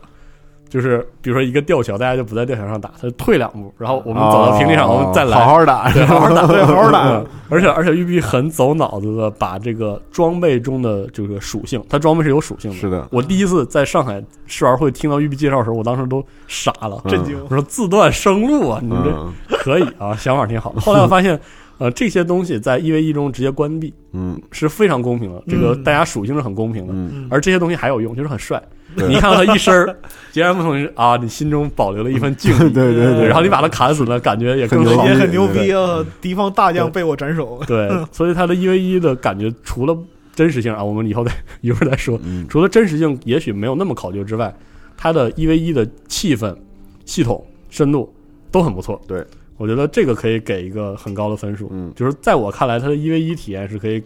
B: 就是比如说一个吊桥，大家就不在吊桥上打，他就退两步，然后我们走到平地上，
H: 哦
B: 我们再来，
H: 好好打，
B: 对，好好打， 对，好好
H: 打
B: 嗯而且而且玉碧很走脑子的，把这个装备中的这个属性，它装备是有属性的。
H: 是的
B: 我第一次在上海试玩会听到玉碧介绍的时候，我当时都傻了，
H: 嗯
I: 震惊！
B: 我说自断生路啊，你们这。
H: 嗯
B: 可以啊，想法挺好。 后来我发现，呃，这些东西在一 v 一中直接关闭
H: 嗯
B: 是非常公平的，这个大家属性是很公平的。
H: 嗯，
B: 而这些东西还有用，就是很帅。
H: 对
B: 你看到他一 身儿截然不同是啊，你心中保留了一份敬意，
H: 对对对，
B: 然后你把他砍死了，感觉也更
H: 很
B: 好
H: 牛
I: 也
H: 逼。
I: 很牛逼啊！敌方大将被我斩首，
B: 嗯 对，所以他的一 v 一的感觉，除了真实性啊，我们以后再 一会儿再说，
H: 嗯
B: 除了真实性也许没有那么考究之外，它的一 v 一的气氛、系统、深度都很不错。
H: 对，
B: 我觉得这个可以给一个很高的分数。
H: 嗯
B: 就是在我看来，它的一 v 一体验是可以，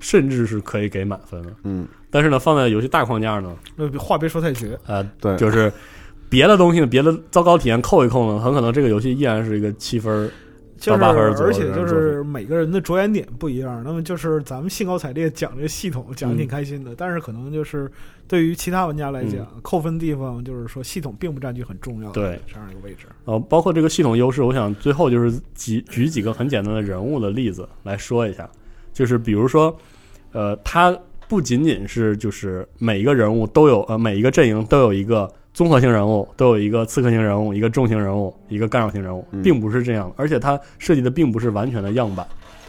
B: 甚至是可以给满分的。
H: 嗯，
B: 但是呢，放在游戏大框架呢，
I: 那话别说太绝。
B: 呃，
H: 对，
B: 就是别的东西呢，别的糟糕体验扣一扣呢，很可能这个游戏依然是一个七分儿。
I: 就是，
B: 到八分儿左右
I: 而且就
B: 这样
I: 是每个人的着眼点不一样。那么就是咱们兴高采烈讲这个系统，讲的
B: 嗯
I: 挺开心的，但是可能就是对于其他玩家来讲，扣分地方就是说系统并不占据很重要的
B: 对
I: 这样一个位置。
B: 呃，包括这个系统优势，我想最后就是举举几个很简单的人物的例子来说一下，就是比如说，呃，它不仅仅是就是每一个人物都有呃每一个阵营都有一个综合性人物，都有一个刺客型人物，一个重型人物，一个干扰型人物，
H: 嗯
B: 并不是这样的，而且它设计的并不是完全的样板。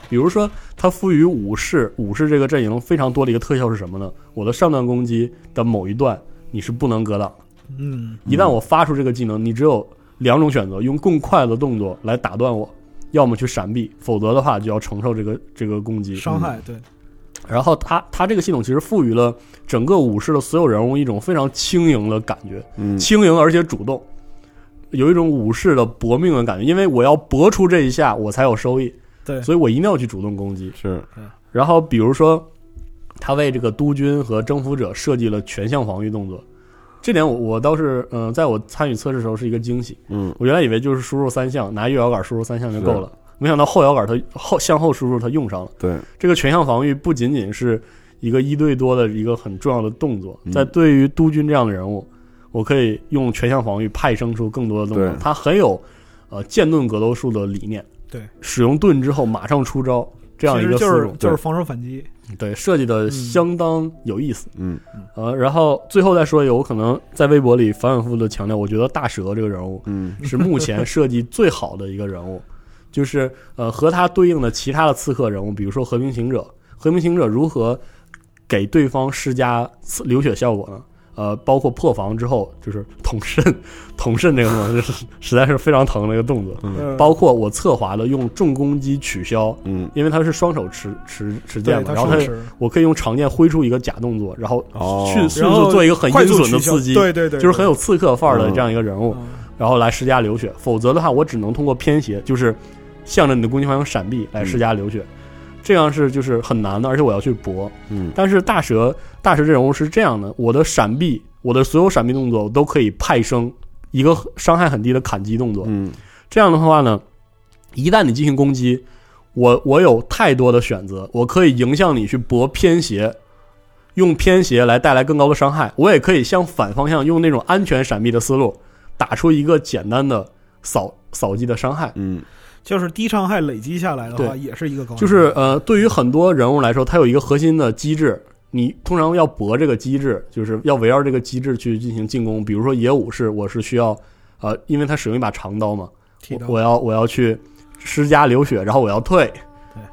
B: 比如说，它赋予武士武士这个阵营非常多的一个特效是什么呢？我的上段攻击的某一段你是不能格挡的。
I: 嗯，
B: 一旦我发出这个技能，你只有两种选择：用更快的动作来打断我，要么去闪避，否则的话就要承受这个这个攻击。
I: 伤害对，
B: 然后它它这个系统其实赋予了整个武士的所有人物一种非常轻盈的感觉，
H: 嗯
B: 轻盈而且主动，有一种武士的搏命的感觉，因为我要搏出这一下我才有收益，
I: 对
B: 所以我一定要去主动攻击。
H: 是
B: 然后比如说，他为这个督军和征服者设计了全项防御动作，这点我我倒是嗯、呃在我参与测试时候是一个惊喜。
H: 嗯
B: 我原来以为就是输入三项，拿右摇杆输入三项就够了，没想到后摇杆它后向后输入它用上了。
H: 对，
B: 这个全项防御不仅仅是一个一对多的一个很重要的动作，
H: 嗯
B: 在对于督军这样的人物，我可以用全项防御派生出更多的动作
H: 对，
B: 他很有呃剑盾格斗术的理念。
I: 对，
B: 使用盾之后马上出招，这样一
I: 其实
B: 个思
I: 就是
B: 路
I: 就是
H: 对
I: 防守反击。
B: 对设计
I: 嗯
B: 的相当有意思。
H: 嗯
B: 呃，然后最后再说一个，我可能在微博里反反复复的强调，我觉得大蛇这个人物
H: 嗯
B: 是目前设计最好的一个人物， 就是呃和他对应的其他的刺客人物，比如说和平行者，和平行者如何给对方施加刺流血效果呢？呃，包括破防之后，就是捅肾， 捅肾这个动作，就是实在是非常疼的一个动作。
I: 嗯
B: 包括我侧滑的用重攻击取消，
H: 嗯
B: 因为他是双手持持持
I: 对，
B: 剑嘛，
I: 他
B: 然后
I: 手
B: 他
I: 持
B: 我可以用长剑挥出一个假动作，然后
H: 哦
B: 迅迅
I: 然
B: 速
I: 后
B: 做一个很
I: 快
B: 阴
I: 速
B: 损的
I: 取消
B: 刺激，
I: 对对对，
B: 就是很有刺客范儿的
H: 嗯
B: 这样一个人物，
I: 嗯
B: 然后来施加流血。否则的话，我只能通过偏斜，就是向着你的攻击方向闪避来施加流血，
I: 嗯
B: 这样是就是很难的，而且我要去搏。
H: 嗯
B: 但是大蛇大蛇这人物是这样的，我的闪避，我的所有闪避动作我都可以派生一个伤害很低的砍击动作，
H: 嗯
B: 这样的话呢，一旦你进行攻击，我我有太多的选择，我可以迎向你去搏偏斜，用偏斜来带来更高的伤害。我也可以向反方向用那种安全闪避的思路，打出一个简单的扫扫击的伤害。
H: 嗯
I: 就是低伤害累积下来的话，
B: 对
I: 也是一个高难度。
B: 就是呃，对于很多人物来说，它有一个核心的机制，你通常要搏这个机制，就是要围绕这个机制去进行进攻。比如说野武士，我是需要呃，因为他使用一把长刀嘛，
I: 剃
B: 我
I: 刀
B: 我要我要去施加流血，然后我要退，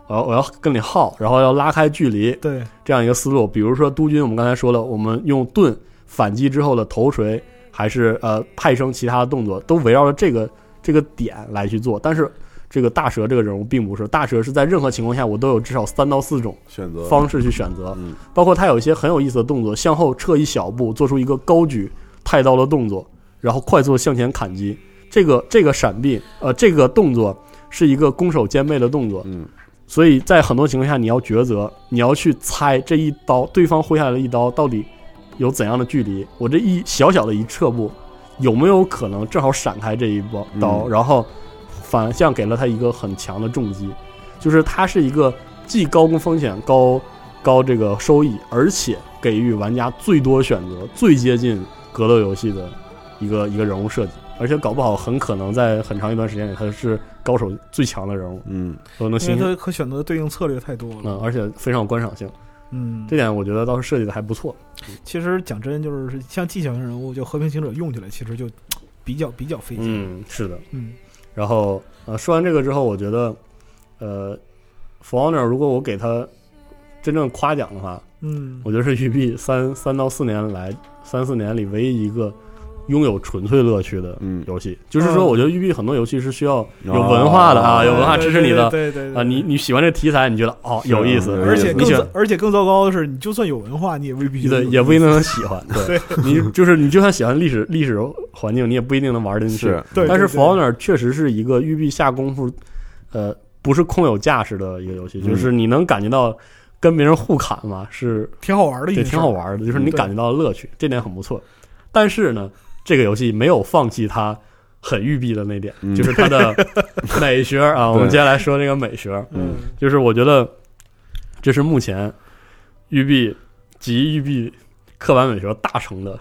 B: 我要我要跟你耗，然后要拉开距离，
I: 对
B: 这样一个思路。比如说督军，我们刚才说了，我们用盾反击之后的头锤，还是呃派生其他的动作，都围绕着这个这个点来去做。但是这个大蛇这个人物并不是，大蛇是在任何情况下我都有至少三到四种
H: 选择
B: 方式去选择，
H: 嗯
B: 包括他有一些很有意思的动作，向后撤一小步，做出一个高举太刀的动作，然后快速向前砍击。这个这个闪避，呃，这个动作是一个攻守兼备的动作，
H: 嗯，
B: 所以在很多情况下，你要抉择，你要去猜这一刀，对方挥下来的一刀到底有怎样的距离，我这一小小的一撤步，有没有可能正好闪开这一刀，刀
H: 嗯
B: 然后反向给了他一个很强的重击，就是它是一个既高风险高高这个收益，而且给予玩家最多选择，最接近格斗游戏的一个一个人物设计，而且搞不好很可能在很长一段时间里他是高手最强的人物，
H: 嗯，
B: 都
I: 因
B: 能
I: 为
B: 形成
I: 它可选择的对应策略太多了。
B: 嗯，而且非常有观赏性，
I: 嗯，
B: 这点我觉得倒是设计的还不错。
I: 其实讲真，就是像技巧型人物，就和平行者用起来其实就比较比较费劲。
B: 嗯，是的。
I: 嗯，
B: 然后呃，说完这个之后，我觉得呃，For Honor 如果我给他真正夸奖的话，
I: 嗯，
B: 我觉得是育碧三三到四年来三四年里唯一一个拥有纯粹乐趣的
H: 嗯
B: 游戏。就是说，
I: 嗯
B: 我觉得育碧很多游戏是需要有文化的啊，
H: 哦
B: 有文化
I: 对
B: 支持你的
I: 对对对对
B: 啊，你你喜欢这题材，你觉得哦
H: 是
B: 有意
H: 有
B: 思，
H: 意
I: 而且
H: 思
B: 你
I: 更
B: 喜
I: 糟
B: 欢。
I: 而且更糟糕的是，你就算有文化，你也未必
B: 对，也不一定能喜欢。对， 你就是你，就算喜欢历史历史环境，你也不一定能玩得进去。
H: 是
I: 对。
B: 但是《
I: 对对
B: For Honor》确实是一个育碧下功夫，呃，不是空有架势的一个游戏，
H: 嗯
B: 就是你能感觉到跟别人互砍嘛，是
I: 挺好玩的一
B: 对
I: 件事
B: 挺
I: 儿，
B: 好玩的，就是你
I: 对
B: 感觉到乐趣，这点很不错。但是呢，这个游戏没有放弃它很育碧的那点，
H: 嗯
B: 就是它的 美学啊。我们
H: 对
B: 接下来说这个美学，
H: 嗯
B: 就是我觉得这是目前育碧及育碧刻板美学大成的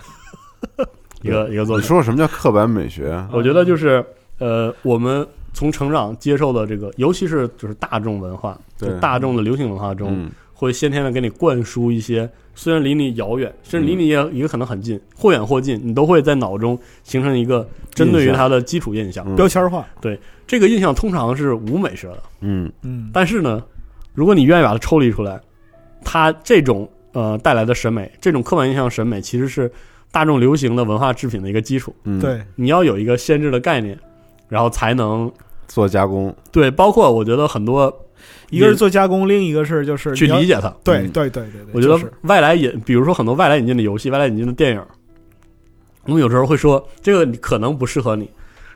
B: 一个一个作
H: 你
B: 品。
H: 说什么叫刻板美学？
B: 我觉得就是呃，我们从成长接受的这个，尤其是就是大众文化，就
H: 对
B: 是大众的流行文化中，
H: 嗯
B: 会先天的给你灌输一些，虽然离你遥远，甚
H: 嗯
B: 至离你也也可能很近，或远或近，你都会在脑中形成一个针对于
H: 印象
B: 它的基础印象。
H: 嗯
I: 标签化。
B: 这个印象通常是无美学的，
H: 嗯，
I: 嗯，
B: 但是呢，如果你愿意把它抽离出来，它这种呃带来的审美，这种刻板印象审美，其实是大众流行的文化制品的一个基础。
H: 嗯，
I: 对，
B: 你要有一个先知的概念，然后才能
H: 做加工，
B: 对，包括我觉得很多
I: 一个是做加工，另一个是就是
B: 去
I: 你要
B: 理。解它。
I: 对
H: 嗯
I: 对对对对，
B: 我觉
I: 就
B: 得
I: 是
B: 外来引，比如说很多外来引进的游戏、外来引进的电影，我们有时候会说这个你可能不适合你，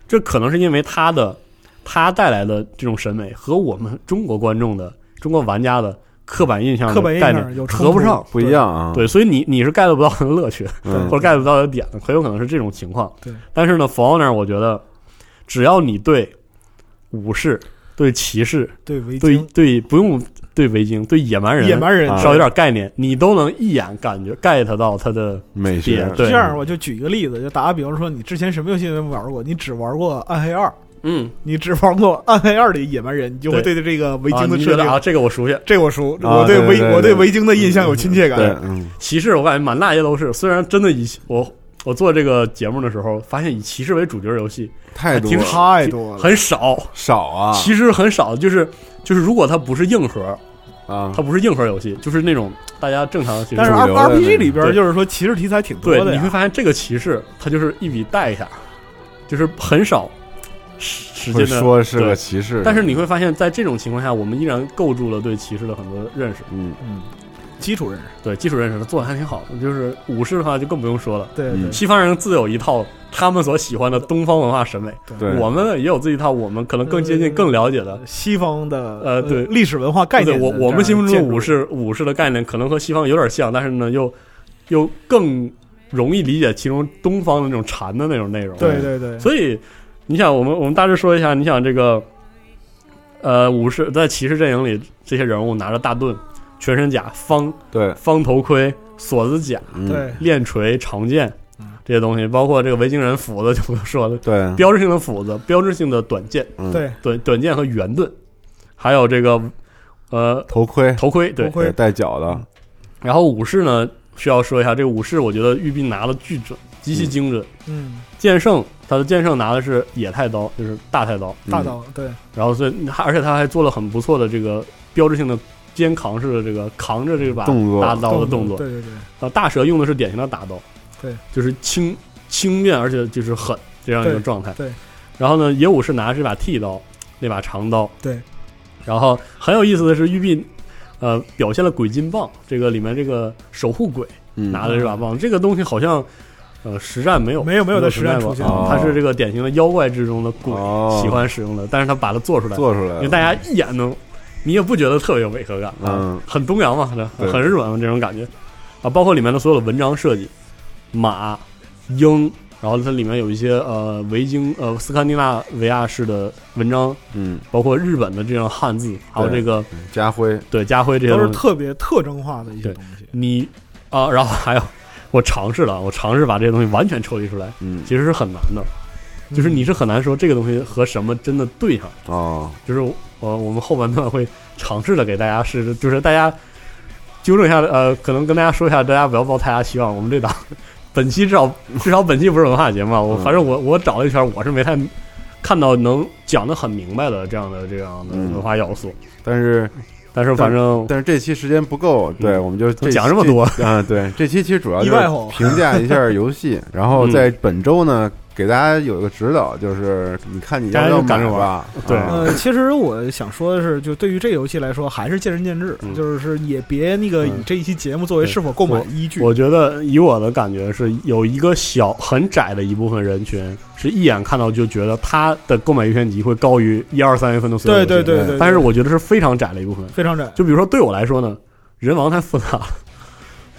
B: 这可能是因为它的它带来的这种审美和我们中国观众的、中国玩家的刻板印象
I: 刻
B: 的
I: 板印
B: 概
I: 象
B: 念
I: 有冲
B: 合不
I: 突
B: 上。
H: 不一样啊。
I: 嗯
B: 对，所以你你是 get 不到的乐趣，
H: 嗯，
B: 或者 get 不到的点，很有可能是这种情况。
I: 对，
B: 但是呢 f o r n e r 我觉得只要你对武士、对骑士、
I: 对围
B: 对
I: 巾，
B: 对，不用对维京，对野蛮人，
I: 野蛮人
H: 啊
B: 稍微有点概念，你都能一眼感觉 get 到他的
H: 美学
B: 点。对，
I: 这样，我就举一个例子，就打个比方说，你之前什么游戏没玩过？你只玩过《暗黑二》，
B: 嗯，
I: 你只玩过《暗黑二》里野蛮人，你就会对这个维京
B: 啊
I: 的
B: 你
I: 设
B: 觉得
I: 定，
B: 啊，这个我熟悉。
I: 这我熟，
H: 啊
I: 我对维
H: 对对对
I: 我对
H: 对
I: 维京的印象有亲切感。
H: 对，嗯，
B: 骑士，我感觉满大街都是。虽然真的以我我做这个节目的时候，发现以骑士为主角的游戏
H: 态度
B: 挺
I: 太多了，
B: 很少，
H: 少啊
B: 其实很少。就是就是，如果它不是硬核，
H: 啊
B: 它，不是硬核游戏，就是那种大家正常的骑士。
I: 但是啊
H: 主
I: R
H: 流的
I: RPG
H: 那
I: 里边
B: 对
I: 就是说骑士题材挺多
B: 对，
I: 的
B: 你会
I: 呀，
B: 发现这个骑士他就是一笔带一下，就是很少时时
H: 会
B: 间的
H: 说是
B: 对
H: 个歧视，
B: 但是你会发现在这种情况下，我们依然构筑了对骑士的很多认识，
H: 嗯
I: 嗯，基础认识，
B: 对基础认识做的还挺好。就是武士的话就更不用说了，
I: 对
H: 嗯
I: 对
B: 西方人自有一套他们所喜欢的东方文化审美，
H: 对
B: 我们呢也有自己一套我们可能更接近、
I: 嗯
B: 更了解的。
I: 西方的
B: 呃对
I: 历史文化概
B: 对
I: 念的这
B: 我
I: 样的建筑，
B: 我们心目中的武士武士的概念可能和西方有点像，但是呢又又更容易理解其中东方的那种禅的那种内容。
I: 对，对对，
B: 所以你想，我们我们大致说一下，你想这个，呃，武士在骑士阵营里，这些人物拿着大盾、全身甲、方
H: 对，
B: 方头盔、锁子甲、
H: 嗯
I: 对
B: 链锤、长剑
I: 嗯，
B: 这些东西，包括这个维京人斧子，就不用说了，
H: 对
B: 标志性的斧子，标志性的短剑，
H: 嗯
I: 对
B: 短短剑和圆盾，还有这个呃
H: 头盔，
B: 头盔，对
I: 头，盔
H: 对带脚的，
B: 然后武士呢，需要说一下，这个武士我觉得玉璧拿的巨准，极其精准。
I: 嗯，
B: 剑圣他的剑圣拿的是野太刀，就是大太刀，
I: 大刀对，
B: 然后所以他而且他还做了很不错的这个标志性的肩扛式的这个扛着这把
H: 动作
B: 大刀的动作。
I: 对对对，
B: 啊，大蛇用的是典型的打刀，
I: 对，
B: 就是轻轻便而且就是狠这样一个
I: 对
B: 状态。
I: 对
B: 然后呢，野武士拿的是一把剃刀，那把长刀。
I: 对，
B: 然后很有意思的是，玉璧呃表现了鬼金棒，这个里面这个守护鬼
H: 嗯
B: 拿的这把棒，这个东西好像呃实战没有
I: 没有没有在啊实战出
B: 过
I: 现
H: 哦
B: 它是这个典型的妖怪之中的鬼
H: 哦
B: 喜欢使用的，但是他把它做出来，
H: 做出来
B: 因
H: 了
B: 为大家一眼能，你也不觉得特别有违和感，啊
H: 嗯，
B: 很东洋嘛，
H: 对
B: 很很日本嘛这种感觉啊，包括里面的所有的文章设计，马、鹰，然后它里面有一些呃维京呃斯堪的纳维亚式的文章，
H: 嗯，
B: 包括日本的这样汉字，还有这个
H: 家徽，
B: 对家徽这些
I: 都是
B: 东西，
I: 特别特征化的一些
B: 对
I: 东西。
B: 你啊，然后还有我尝试了，我尝试把这些东西完全抽离出来，
H: 嗯，
B: 其实是很难的。就是你是很难说这个东西和什么真的对上，
H: 哦，
B: 就是我呃我们后半段会尝试的给大家试，就是大家纠正一下，呃，可能跟大家说一下，大家不要抱太大期望。我们这档本期至少至少本期不是文化节目啊，我
H: 嗯
B: 反正我我找了一圈，我是没太看到能讲的很明白的这样的这样的
H: 嗯
B: 文化要素。
H: 但是
B: 但是反正
H: 但是这期时间不够，对，我们就这
B: 嗯讲这么多哦
H: 这啊，对，这期其实主要就
I: 意外吼
H: 是评价一下游 戏，然后在
B: 嗯
H: 本周呢给大家有一个指导，就是你看你要不要买
B: 大家就赶着玩
H: 吧，
B: 对
H: 啊
I: 呃，其实我想说的是，就对于这游戏来说，还是见仁见智，
B: 嗯
I: 就是也别那个以
B: 嗯
I: 这一期节目作为是否购买依据。
B: 我觉得以我的感觉是，有一个小很窄的一部分人群是一眼看到就觉得他的购买预算级会高于一二三月份的所有
I: 对
B: 游戏
I: 对对对，对
B: 但是我觉得是非常窄的一部分。
I: 非常窄。
B: 就比如说对我来说呢，人王太复杂了，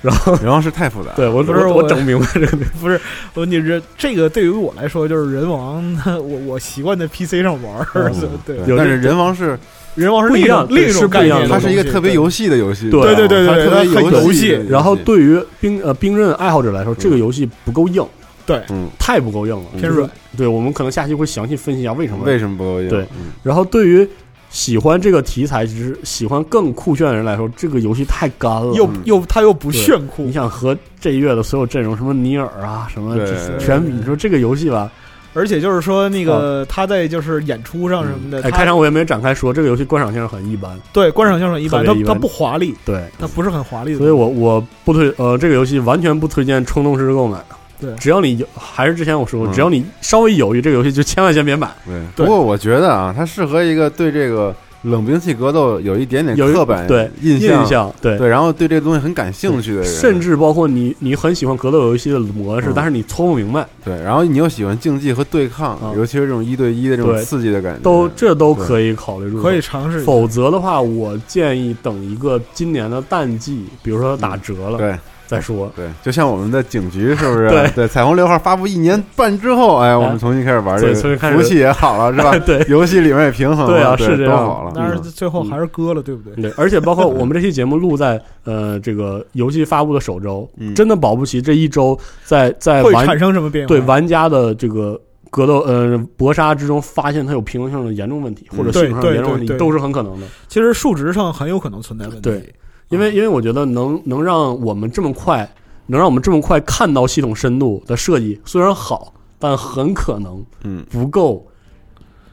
B: 然后
H: 然后是太复杂，
B: 对我
I: 不是
B: 我
I: 我
B: 我整明白这个东西，
I: 不是，我你这这个对于我来说，就是人王，我我习惯在 PC 上玩儿，
H: 嗯
I: 所以对，
B: 有
H: 但是
B: 这
H: 人王是
I: 人王是
B: 不一
I: 另
B: 样
I: 种另
B: 对
I: 一
B: 是
I: 种
B: 不
I: 概
B: 一样
I: 念
B: 的
I: 的
H: 它
I: 东西，
H: 是一个特别游戏的游戏，
B: 对
I: 对对对
H: 它
I: 对
H: 特别
I: 它很游
H: 戏
I: 戏
H: 的游戏，
B: 然后对于冰呃冰刃爱好者来说，这个游戏不够硬，
I: 对
H: 嗯
B: 太不够硬了，
I: 偏软。
B: 对我们可能下期会详细分析一下为什么。
H: 为什么不够用？
B: 对
H: 嗯
B: 然后对于喜欢这个题材，只是喜欢更酷炫的人来说，这个游戏太干了。
I: 又又他又不
B: 嗯对
I: 炫酷
B: 你，想和这一月的所有阵容，什么尼尔啊，什么
H: 对
B: 这全，你说这个游戏吧，
I: 而且就是说那个他在就是演出上什么的，
B: 啊哎，
I: 他
B: 开场我也没展开说，这个游戏观赏性很一般。
I: 对观赏性很一般，
B: 特
I: 他
B: 别一
I: 他
B: 般
I: 不华丽，
B: 对，
I: 他不是很华丽的，
B: 所以我我不推呃这个游戏完全不推荐冲动式购买。
I: 对
B: 只要你有，还是之前我说过，
H: 嗯
B: 只要你稍微犹豫，这个游戏就千万先别买。
H: 对。
I: 对
H: 不过我觉得啊，它适合一个对这个冷兵器格斗有一点点
B: 有一
H: 刻板
B: 对
H: 印
B: 印象对，
H: 对，然后对这个东西很感兴趣的人，
B: 甚至包括你你很喜欢格斗游戏的模式，
H: 嗯
B: 但是你搓不明白，
H: 对，然后你又喜欢竞技和对抗，
B: 啊
H: 尤其是这种一对一的这种
B: 对
H: 刺激的感觉，
B: 都这都可以考虑入手
I: 可以。尝试一下。
B: 否则的话，我建议等一个今年的淡季，比如说打折了、
H: 对
B: 再说。
H: 对，就像我们的警局是不是？
B: 对啊
H: 彩虹六号发布一年半之后，哎，我们重新开始玩这
B: 对重
H: 个，
B: 新开始
H: 服务器也好了，是吧？
B: 对
H: 游戏里面也平衡了，
B: 对啊
H: 对
B: 是这样
H: 都好了。
I: 但是
H: 嗯
I: 最后还是割了，对不对？
B: 对，而且包括我们这期节目录在呃这个游戏发布的首周，
H: 嗯
B: 真的保不齐这一周在在
I: 会
B: 玩
I: 产生什么变化？
B: 嗯对玩家的这个格斗呃搏杀之中，发现它有平衡性的严重问题，
H: 嗯
B: 或者性上
I: 对对
B: 的严重问
I: 对
B: 题，
I: 对
B: 都是很可能的。
I: 其实数值上很有可能存在问题。
B: 对因
H: 啊
B: 为因为我觉得能能让我们这么快，能让我们这么快看到系统深度的设计，虽然好，但很可能
H: 嗯
B: 不够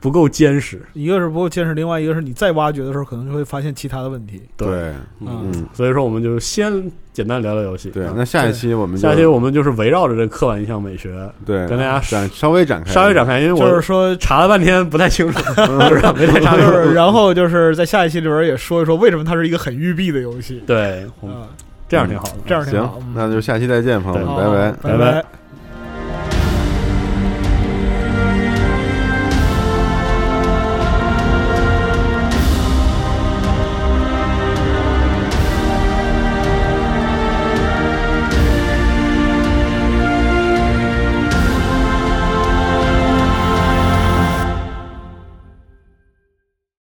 B: 不够坚实。
I: 一个是不够坚实，另外一个是你再挖掘的时候，可能就会发现其他的问题。啊
H: 对
B: 嗯，
H: 嗯
B: 所以说我们就先简单聊聊游戏。
H: 对
B: 嗯，
H: 那下一期我们就
B: 下期我们就是围绕着这刻板印象美学
H: 对
B: 跟大家
H: 展稍微展开
B: 稍微展开，因为我
I: 就是说，
B: 查了半天不太清楚，不是 没太查
I: 就
B: 清
I: 是
B: 楚。
I: 然后就是在下一期里边也说一说为什么它是一个很育碧的游戏
B: 对，我们
I: 啊，
B: 这样挺好的。
I: 这样挺好。
H: 行
I: 嗯，
H: 那就下期再见，朋友们，拜
B: 对
H: 拜。
I: 好拜
B: 拜拜